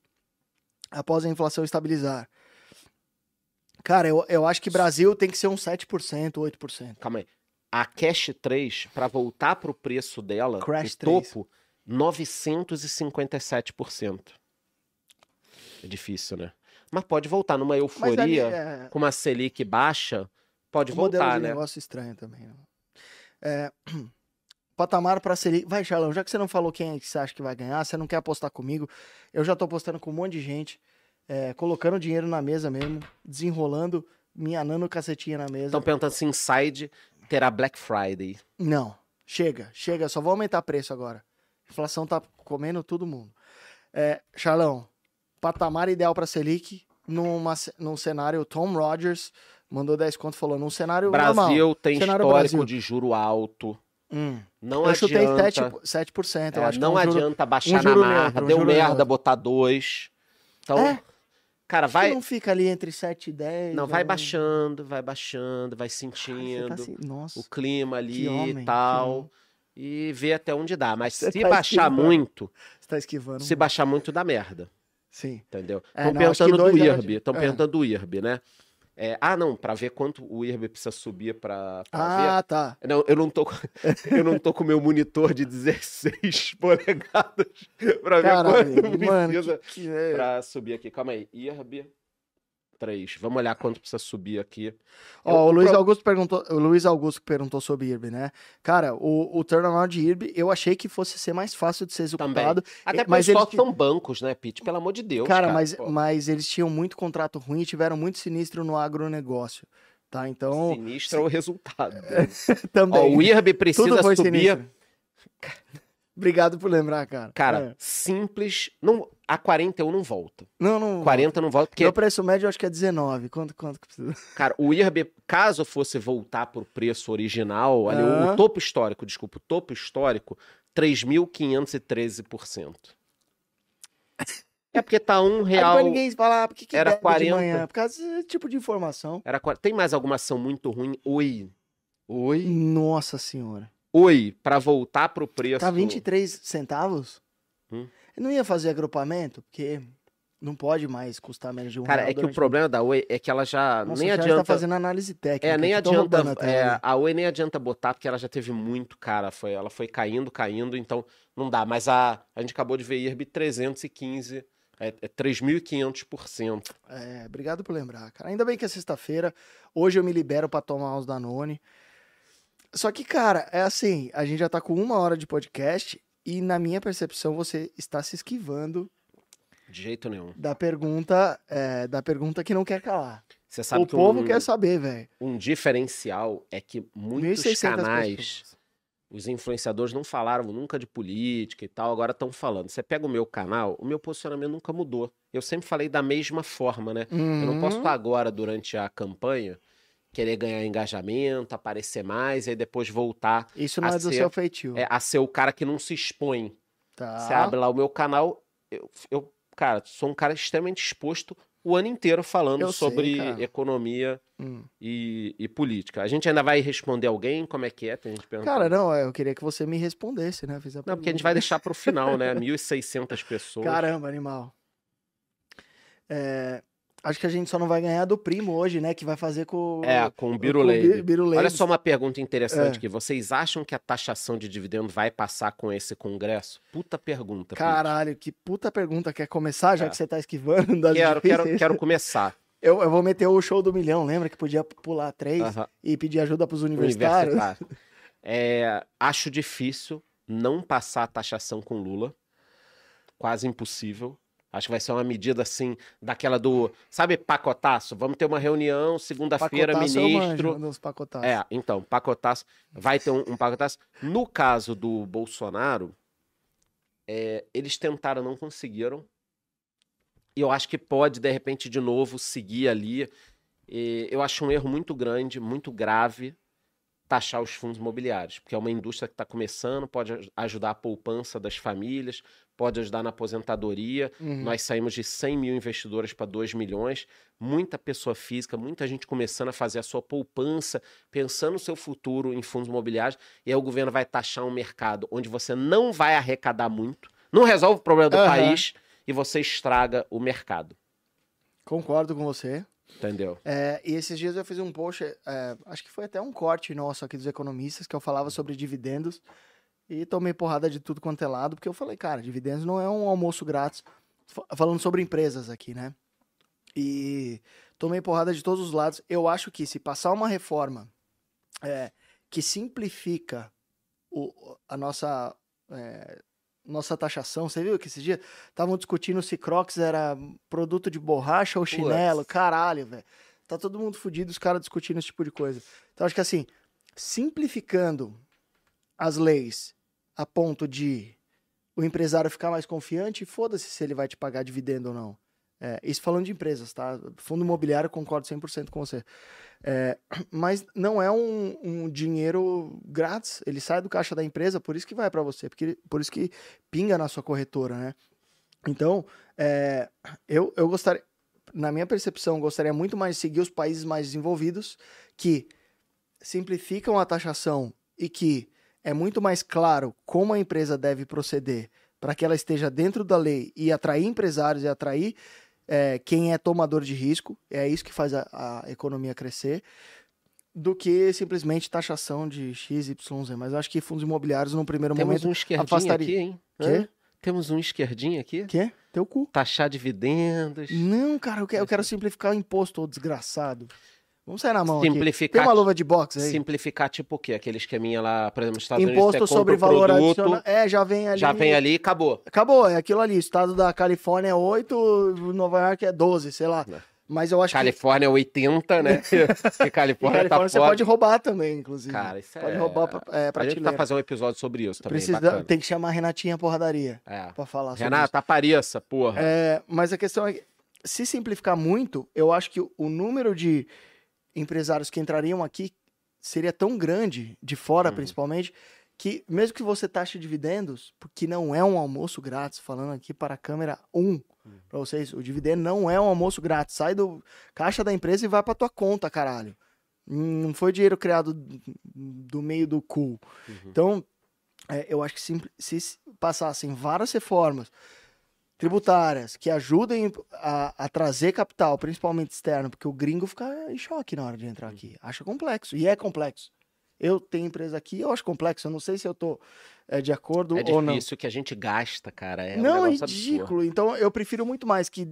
após a inflação estabilizar. Cara, eu, eu acho que Brasil tem que ser um uns 7%, 8%. Calma aí. A Cash 3, para voltar pro preço dela, Crash o 3. topo, 957%. É difícil, né? Mas pode voltar numa Mas ali, euforia, é, com uma Selic baixa, pode um modelo voltar, de né? negócio estranho também. né? É, patamar para Selic. Vai, Charlão, já que você não falou quem é que você acha que vai ganhar, você não quer apostar comigo, eu já tô apostando com um monte de gente, é, colocando dinheiro na mesa mesmo, desenrolando, minha nano cacetinha na mesa. Estão perguntando se Inside terá Black Friday. Não, chega, chega, só vou aumentar preço agora. Inflação tá comendo todo mundo. É, Charlão, patamar ideal para Selic numa, ce- num cenário Tom Rogers mandou 10 conto falou num cenário normal. Brasil tem Cenário histórico Brasil. de juro alto. Hum. Não eu chutei adianta. 7%, 7% eu é, acho que não é um juro- adianta baixar na juro marra. neutro, um deu juro merda neutro. botar dois. Então, É. cara, Acho que vai. Não fica ali entre 7 e 10. Não, vai né? baixando, vai baixando, vai Cara, você sentindo tá se- Nossa. o clima ali Que homem, e que tal. homem. E ver até onde dá. Mas Você se tá baixar esquivando. muito, Você tá esquivando. se baixar muito, dá merda. Sim. Entendeu? É, Estão não, acho que perguntando do dois era IRB, de- estão é. perguntando do IRB, né? É, ah, não, para ver quanto o IRB precisa subir para ver. Ah, tá. Não, eu não tô, com- eu não tô com meu monitor de 16 polegadas para ver Caralho, quanto mano. precisa que- que- é. para subir aqui. Calma aí, IRB 3. Vamos olhar quanto precisa subir aqui. Ó, Eu- o Luiz pro- Augusto perguntou, o Luiz Augusto perguntou sobre IRB, né? Cara, o, o turnaround de IRB, eu achei que fosse ser mais fácil de ser executado. Até porque mas só eles- são bancos, né, Pete? Pelo amor de Deus. cara, Cara, mas, Pô, mas eles tinham muito contrato ruim e tiveram muito sinistro no agronegócio, tá? Então, sinistro é o resultado. né? também, Ó, o IRB tudo precisa foi subir. sinistro. Obrigado por lembrar, cara. Cara, É. simples. Não, a 41 não volta. não, não... 40 não volta, porque Meu preço médio eu acho que é 19. Quanto, quanto que precisa? Cara, o IRB, caso fosse voltar pro preço original, ali, o- o Aham. topo histórico, desculpa, o topo histórico, 3.513%. É porque tá um Aí real. pra ninguém falar, ah, por que, que era deve 40? de manhã? Por causa desse tipo de informação. Era, quar- tem mais alguma ação muito ruim? Oi. Oi? Nossa senhora. Oi, pra voltar pro preço. Tá 23 centavos? Hum. Eu não ia fazer agrupamento, porque não pode mais custar menos de um Cara, real é que o durante- problema da Oi é que ela já Nossa, nem o Charles adianta. tá fazendo análise técnica. É, nem eu tô adianta. roubando a tela, é, né? a Oi nem adianta botar, porque ela já teve muito, cara. Foi, ela foi caindo, caindo, então não dá. Mas a, a gente acabou de ver IRB 315, é, é 3.500%. É, obrigado por lembrar, cara. Ainda bem que é sexta-feira. Hoje eu me libero pra tomar uns Danone. Só que, cara, é assim, a gente já tá com uma hora de podcast e, na minha percepção, você está se esquivando De jeito nenhum. da pergunta, é, da pergunta que não quer calar. Você sabe o que povo um, quer saber, velho. um diferencial é que muitos 1.600 canais, pessoas. os influenciadores não falaram nunca de política e tal, agora estão falando. Você pega o meu canal, o meu posicionamento nunca mudou. Eu sempre falei da mesma forma, né? Eu não posso Uhum. agora, durante a campanha, querer ganhar engajamento, aparecer mais, e aí depois voltar Isso não a é do ser- seu feitio. é, a ser o cara que não se expõe. Tá. Você abre lá o meu canal, eu, eu, cara, sou um cara extremamente exposto o ano inteiro falando Eu sei, sobre cara. economia Hum. e, e política. A gente ainda vai responder alguém, como é que é? Tem gente perguntando. Cara, não, eu queria que você me respondesse, né? Fiz a não, porque a gente pergunta. vai deixar pro final, né? 1.600 pessoas. Caramba, animal. É, acho que a gente só não vai ganhar do primo hoje, né? Que vai fazer com. é, com o com o Bi- Birulei. Birulei. Olha só uma pergunta interessante É. aqui. Vocês acham que a taxação de dividendo vai passar com esse congresso? Puta pergunta. Pete. Caralho, que puta pergunta. Quer começar, já É. que você tá esquivando das Quero, quero, difíceis? quero começar. Eu, eu vou meter o show do milhão, lembra que podia pular três Aham. e pedir ajuda pros universitários? universitário. É, acho difícil não passar a taxação com Lula. Quase impossível. Acho que vai ser uma medida assim, daquela do. Sabe, pacotaço? Vamos ter uma reunião segunda-feira, Pacotaço eu manjo, ministro. manda uns pacotaços. É, então, pacotaço. Vai ter um, um pacotaço. No caso do Bolsonaro, é, eles tentaram, não conseguiram. E eu acho que pode, de repente, de novo, seguir ali. E eu acho um erro muito grande, muito grave, taxar os fundos imobiliários, porque é uma indústria que está começando, pode aj- ajudar a poupança das famílias, pode ajudar na aposentadoria. Uhum. Nós saímos de 100 mil investidores para 2 milhões, muita pessoa física, muita gente começando a fazer a sua poupança, pensando no seu futuro em fundos imobiliários, e aí o governo vai taxar um mercado onde você não vai arrecadar muito, não resolve o problema do Aham. país e você estraga o mercado. Concordo com você. Entendeu? É, e esses dias eu fiz um post, é, acho que foi até um corte nosso aqui dos economistas, que eu falava sobre dividendos e tomei porrada de tudo quanto é lado, porque eu falei, cara, dividendos não é um almoço grátis. Fa- Falando sobre empresas aqui, né? E tomei porrada de todos os lados. Eu acho que se passar uma reforma é, que simplifica o- a nossa, é, nossa taxação, você viu que esses dias estavam discutindo se Crocs era produto de borracha ou chinelo. Caralho, velho. Tá todo mundo fudido, os caras discutindo esse tipo de coisa. Então acho que assim, simplificando as leis a ponto de o empresário ficar mais confiante, foda-se se ele vai te pagar dividendo ou não. É, isso falando de empresas, tá? Fundo imobiliário, eu concordo 100% com você. É, mas não é um, um dinheiro grátis, ele sai do caixa da empresa, por isso que vai para você, porque, por isso que pinga na sua corretora, né? Então, é, eu, eu gostaria, na minha percepção, eu gostaria muito mais de seguir os países mais desenvolvidos que simplificam a taxação e que é muito mais claro como a empresa deve proceder para que ela esteja dentro da lei e atrair empresários e atrair é, quem é tomador de risco, é isso que faz a, a economia crescer, do que simplesmente taxação de X, Y, Z. Mas eu acho que fundos imobiliários, num primeiro Temos momento. um esquerdinho afastaria. aqui, hein? Quê? Hã? Temos um esquerdinho aqui. Quê? Teu cu. Taxar dividendos. Não, cara, eu quero, eu quero simplificar o imposto, ô desgraçado. Vamos sair na mão tá aqui. Tem Simplificar. uma luva de boxe aí. Simplificar tipo o quê? Aquele esqueminha lá, por exemplo, nos Estados Imposto Unidos, você sobre compra o valor produto, adicional. É, já vem ali. já vem ali e acabou. Acabou, é aquilo ali. O estado da Califórnia é 8, Nova York é 12, sei lá. Não. Mas eu acho que. Califórnia é 80, né? Porque Califórnia, em Califórnia tá você pobre. pode roubar também, inclusive. Cara, isso pode é... roubar pra, é, A gente prateleira. tá fazendo um episódio sobre isso também, Precisa- bacana. Tem que chamar a Renatinha Porradaria É. pra falar sobre isso. Renata, apareça, porra. É, mas a questão é, que, se simplificar muito, eu acho que o- o número de empresários que entrariam aqui seria tão grande, de fora Uhum. principalmente, que mesmo que você taxe dividendos, porque não é um almoço grátis, falando aqui para a câmera 1, pra vocês, o dividendo não é um almoço grátis, sai do caixa da empresa e vai pra tua conta, caralho. Hum, Não foi dinheiro criado do- do meio do Uhum. cu. Então, é, eu acho que simpli- se, se passassem várias reformas tributárias que ajudem a, a trazer capital, principalmente externo, porque o gringo fica em choque na hora de Uhum. entrar aqui. Acha complexo. E é complexo. Eu tenho empresa aqui, eu acho complexo. Eu não sei se eu tô é, de acordo É ou não. difícil o que a gente gasta, cara. É um não, é negócio absurdo. ridículo. Então, eu prefiro muito mais que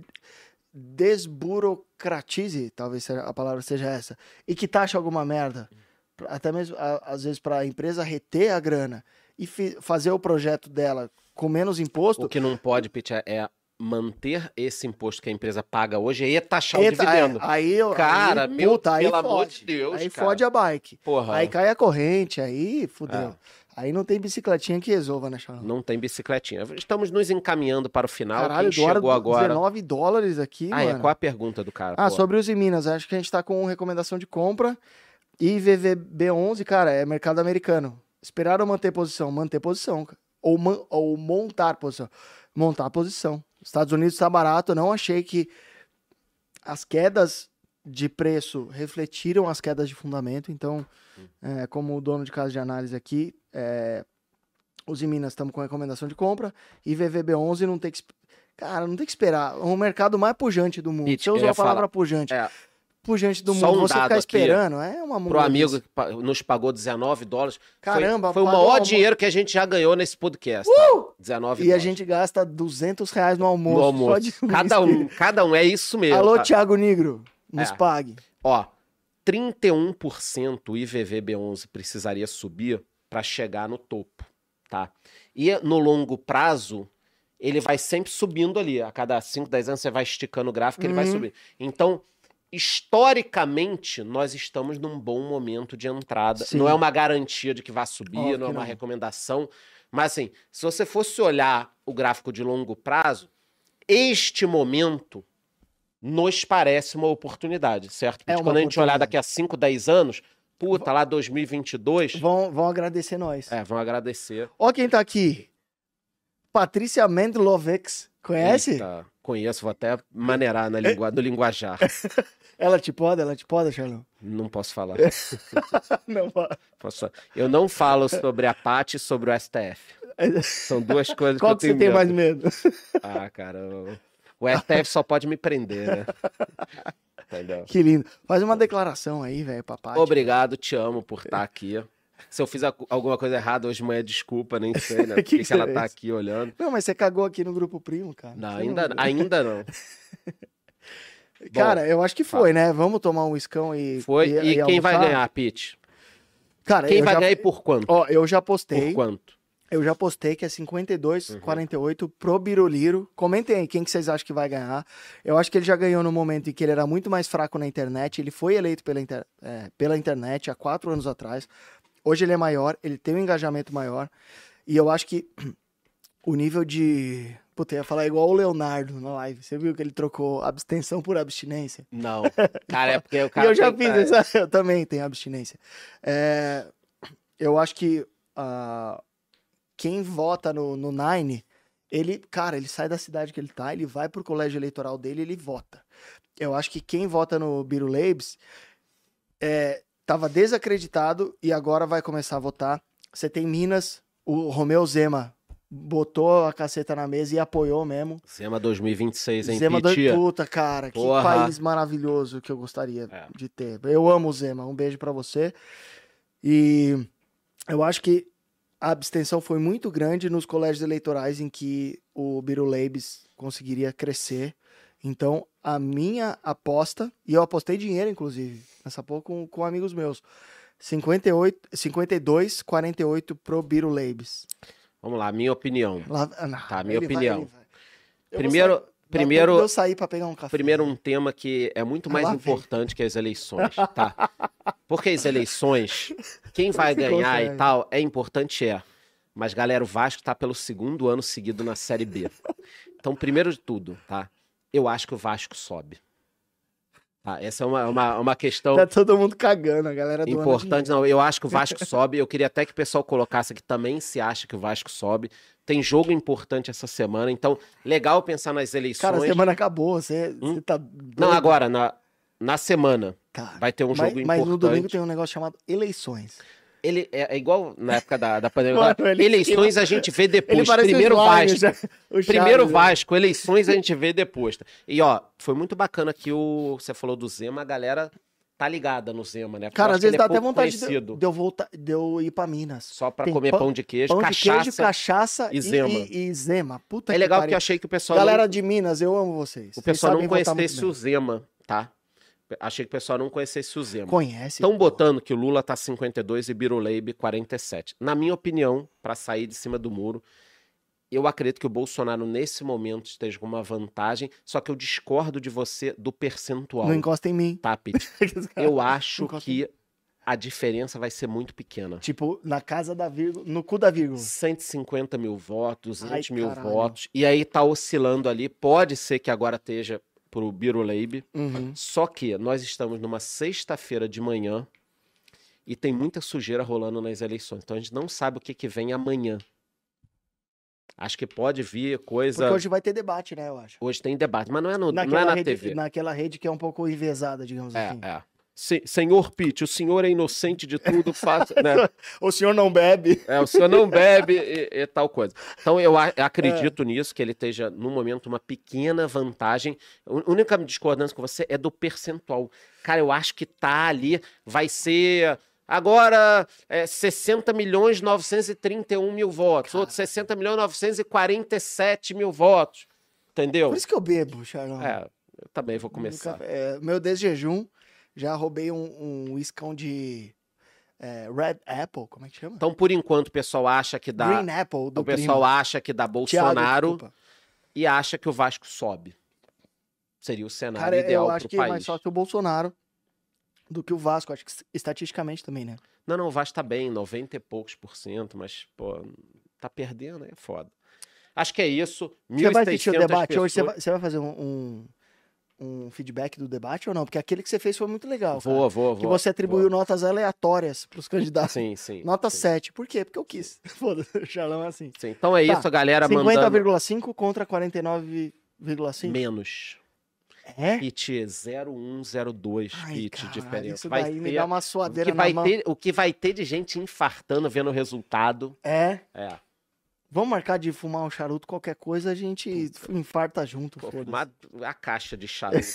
desburocratize, talvez seja- a palavra seja essa, e que taxe alguma merda, pra- até mesmo, a- às vezes, para a empresa reter a grana e fi- fazer o projeto dela com menos O imposto. que não pode, Pete, é manter esse imposto que a empresa paga hoje e taxar Eita, o dividendo. é, aí, eu- Cara, aí, meu, puta, aí pelo fode. amor de Deus, Aí cara. Ah. fode a bike. Porra, Aí cai a corrente, aí fudeu. É. Aí não tem bicicletinha que resolva, né, Charlão? não tem bicicletinha. Estamos nos encaminhando para o final. Caralho, Quem do hora chegou agora... 19 dólares aqui, Ah, mano. é, qual a pergunta do cara? Ah, pô? sobre os em Minas, acho que a gente tá com recomendação de compra. E VVB11, cara, é mercado americano. Esperaram manter posição, manter posição, cara. ou, man- ou montar posição. Montar posição. Estados Unidos tá barato, não achei que as quedas de preço refletiram as quedas de fundamento, então, Hum. é, como dono de casa de análise aqui, é, os em Minas estamos com recomendação de compra e VVB11 não tem que... esp- Cara, não tem que esperar. É o mercado mais pujante do mundo. Pitch, Você eu usou ia a palavra pujante. É. Pujante do Só mundo. um Você dado ficar aqui, esperando é uma Pro mulher. amigo que pa- nos pagou 19 dólares. Foi- Caramba, Foi, o pagou maior uma- dinheiro que a gente já ganhou nesse podcast. tá? Uh! 19 E a dólares. gente gasta 200 reais no almoço. no só de almoço. Cada whisky. um, cada um, é isso mesmo. Alô, tá? Thiago Negro. Nos É. pague. Ó, 31% o IVVB11 precisaria subir para chegar no topo, tá? E no longo prazo, ele vai sempre subindo ali. A cada 5, 10 anos você vai esticando o gráfico, ele vai Uhum. subir. Então, historicamente, nós estamos num bom momento de entrada. Sim. Não é uma garantia de que vai subir, Óbvio não é que uma não. recomendação. Mas assim, se você fosse olhar o gráfico de longo prazo, este momento nos parece uma oportunidade, certo? Porque É uma quando a gente olhar oportunidade. daqui a 5, 10 anos, puta, lá 2022, Vão, vão agradecer nós. é, vão agradecer. Ó quem tá aqui. Patrícia Mendlovex. Conhece? É. Eita, conheço, vou até maneirar na lingua, no linguajar. Ela te poda? Ela te poda, Charlão? Não posso falar. É. não, pode. Posso falar. Eu não falo sobre a PAT e sobre o STF. São duas coisas Qual que que eu você tem tenho mais medo. medo? Ah, cara, eu- O STF só pode me prender, né? Entendeu? Que lindo. Faz uma declaração aí, velho, papai. Obrigado, te amo por É. estar aqui. Se eu fiz a- alguma coisa errada hoje de manhã, é desculpa, nem sei, né? Que Por que, que que ela é tá isso? aqui olhando? Não, mas você cagou aqui no grupo primo, cara. Não, Você ainda, ainda não. Cara, eu acho que foi, né? Vamos tomar um escão e. tá. Foi. E, quem vai almoçar? ganhar, Pete? Cara, Quem eu vai já... ganhar e por quanto? Ó, eu já Por postei. quanto? Eu já postei que é 52, 48 pro Biroliro. Comentem aí quem que vocês acham que vai ganhar. Eu acho que ele já ganhou no momento em que ele era muito mais fraco na internet. Ele foi eleito pela, inter- é, pela internet há quatro anos atrás. Hoje ele é maior, ele tem um engajamento maior. E eu acho que o nível de. Puta, eu ia falar igual o Leonardo na live. Você viu que ele trocou abstenção por abstinência? Não. Cara, é porque o E cara. eu já tem- fiz essa, eu também tenho abstinência. É, eu acho que ah, quem vota no, no Nine, ele, cara, ele sai da cidade que ele tá, ele vai pro colégio eleitoral dele e ele vota. Eu acho que quem vota no Biro Leibs é, tava desacreditado e agora vai começar a votar. Você tem Minas, o Romeu Zema botou a caceta na mesa e apoiou mesmo. Zema 2026, hein, Zema é Zema do... Pete? Puta, cara, que Porra. país maravilhoso que eu gostaria É. de ter. Eu amo o Zema, um beijo pra você. E eu acho que a abstenção foi muito grande nos colégios eleitorais em que o Biro Leibes conseguiria crescer. Então, a minha aposta, e eu apostei dinheiro, inclusive, nessa pouco com, com amigos meus, 58, 52, 48 pro Biro Leibes. Vamos lá, minha opinião. Lá- ah, não, Tá, minha ele vai, opinião. ele vai. Eu vou Primeiro, sair- dá primeiro, tempo de eu sair pra pegar um café. primeiro um tema que é muito Ah, mais lá vem. importante que as eleições, tá? Porque as eleições, quem vai Ficou ganhar e sério. tal, é importante, é. Mas, galera, o Vasco tá pelo segundo ano seguido na Série B. Então, primeiro de tudo, tá? Eu acho que o Vasco sobe. Tá? Essa é uma, uma, uma questão Tá todo mundo cagando, a galera do Importante, não. Eu acho que o Vasco sobe. Eu queria até que o pessoal colocasse aqui também se acha que o Vasco sobe. Tem jogo importante essa semana, então legal pensar nas eleições. Cara, a semana acabou, você, Hum? você tá. Não, doido, agora, na, na semana, Cara. vai ter um mas, jogo mas importante. no domingo tem um negócio chamado eleições. Ele é, é igual na época da, da pandemia. Mano, ele- eleições a gente vê depois. o Primeiro o Vasco. Slime, já- o Chaves, Primeiro né? Vasco, eleições a gente vê depois. E ó, foi muito bacana que o você falou do Zema, a galera tá ligada no Zema, né? Porque eu Cara, acho que às vezes ele dá é até pouco vontade de, conhecido. de eu voltar, de eu ir pra Minas. Só pra Tem comer pão- pão, de queijo, Pão de cachaça. queijo, cachaça e e Zema. E, e Zema. Puta É legal que porque eu pariu. achei que o pessoal Galera não, de Minas, eu amo vocês. o Vocês pessoal não sabem votar muito conhecesse bem. o Zema, tá? Achei que o pessoal não conhecesse o Zema. Conhece. Estão pô. botando que o Lula tá 52 e Biruleib 47. Na minha opinião, pra sair de cima do muro, eu acredito que o Bolsonaro nesse momento esteja com uma vantagem, só que eu discordo de você do percentual, Não encosta em mim. tá, Pete? Eu acho Encosta. que a diferença vai ser muito pequena. Tipo, na casa da vírgula, no cu da vírgula. 150 mil votos, 200 Ai, mil caralho. votos, e aí tá oscilando ali. Pode ser que agora esteja pro Biruleib, Uhum. só que nós estamos numa sexta-feira de manhã e tem muita sujeira rolando nas eleições. Então a gente não sabe o que, que vem amanhã. Acho que pode vir coisa. Porque Hoje... hoje vai ter debate, né, eu acho. tem debate, mas não é, no, não é na rede, TV. Naquela rede que é um pouco envezada, digamos assim. É, é. Se- senhor Pitt, o senhor é inocente de tudo, faça. né? O senhor não bebe? É, o senhor não bebe e, e tal coisa. Então eu a- É. acredito nisso, que ele esteja, no momento, uma pequena vantagem. A única discordância com você é do percentual. Cara, eu acho que tá ali, vai ser. Agora, é, 60 milhões 931 mil votos. Outro 60 milhões 947 mil votos. Entendeu? Por isso que eu bebo, Charão. é, É, eu também vou começar. meu desjejum, já roubei um, um iscão de é, Red Apple, como é que chama? Então, por enquanto, o pessoal acha que dá. Green Apple, do O pessoal acha que dá Bolsonaro. e acha que o Vasco sobe. Seria o cenário Cara, ideal eu para acho o que é país. mais fácil o Bolsonaro do que o Vasco, acho que estatisticamente também, né? Não, não, o Vasco tá bem, 90 e poucos por cento, mas, pô, tá perdendo, é foda. Acho que é isso. Você vai assistir o 1.600 debate hoje? Você pessoas. vai, você vai fazer um, um, um feedback do debate ou não? Porque aquele que você fez foi muito legal, cara. Vou, vou, vou. que você atribuiu notas aleatórias pros candidatos. Sim, sim. Nota sim, 7. Por quê? Porque eu quis. Foda-se, o Charlão é assim. sim. Então é Tá, isso, a galera mandando 50,5 contra 49,5. menos. um É? Pit 0102, Ai, pit caralho, diferença. isso vai daí me ter- dá uma o, que suadeira na vai mão. ter, o que vai ter de gente infartando vendo o resultado. É? É. Vamos marcar de fumar um charuto, qualquer coisa, a gente infarta junto. Pô, foda-se. fumar a caixa de charuto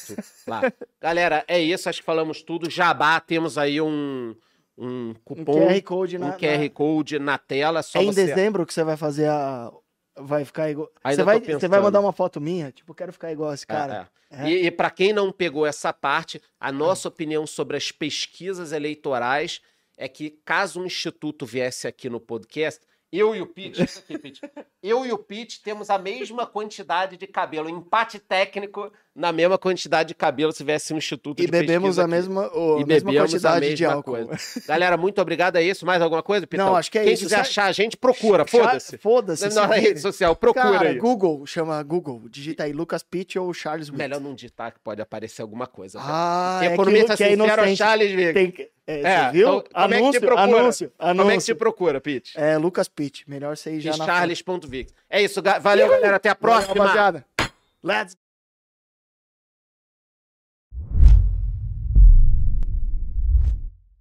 lá. Galera, é isso. Acho que falamos tudo. Jabá, temos aí um, um Um cupom, um QR, QR Code na. na- Code na tela. Só É em você... dezembro que você vai fazer a. Vai ficar igual. Ainda Você vai, tô você vai pensando. mandar uma foto minha? Tipo, quero ficar igual esse É, cara. É. é. E, e para quem não pegou essa parte, a nossa opinião sobre as pesquisas eleitorais é que caso um instituto viesse aqui no podcast, eu e o Pete, isso aqui, Pete, eu e o Pete temos a mesma quantidade de cabelo, empate técnico na mesma quantidade de cabelo se viesse um instituto E de bebemos pesquisa a aqui. mesma, o- E a mesma bebemos quantidade a mesma de álcool. coisa. Galera, muito obrigado. É isso? Mais alguma coisa, Pitão? Não, acho que é Quem isso. quiser Sa- achar a gente, procura. Chá- Tá, Foda-se. Foda-se. se Na na vire. rede social, procura Cara, aí. Google, chama Google. Digita aí Lucas Pitt ou Charles Witt. Melhor não digitar que pode aparecer alguma coisa. cara. Ah, é Economista aquilo que é sincero, inocente. Charles Vig. Tem que- é, É, você viu? então, como é que te anúncio, procura? anúncio, Como é que anúncio. se procura, Pete? É, Lucas Pitt, melhor você ir E já na Charles.vix. É isso, ga- valeu, galera. Até a Valeu, próxima. rapaziada. Let's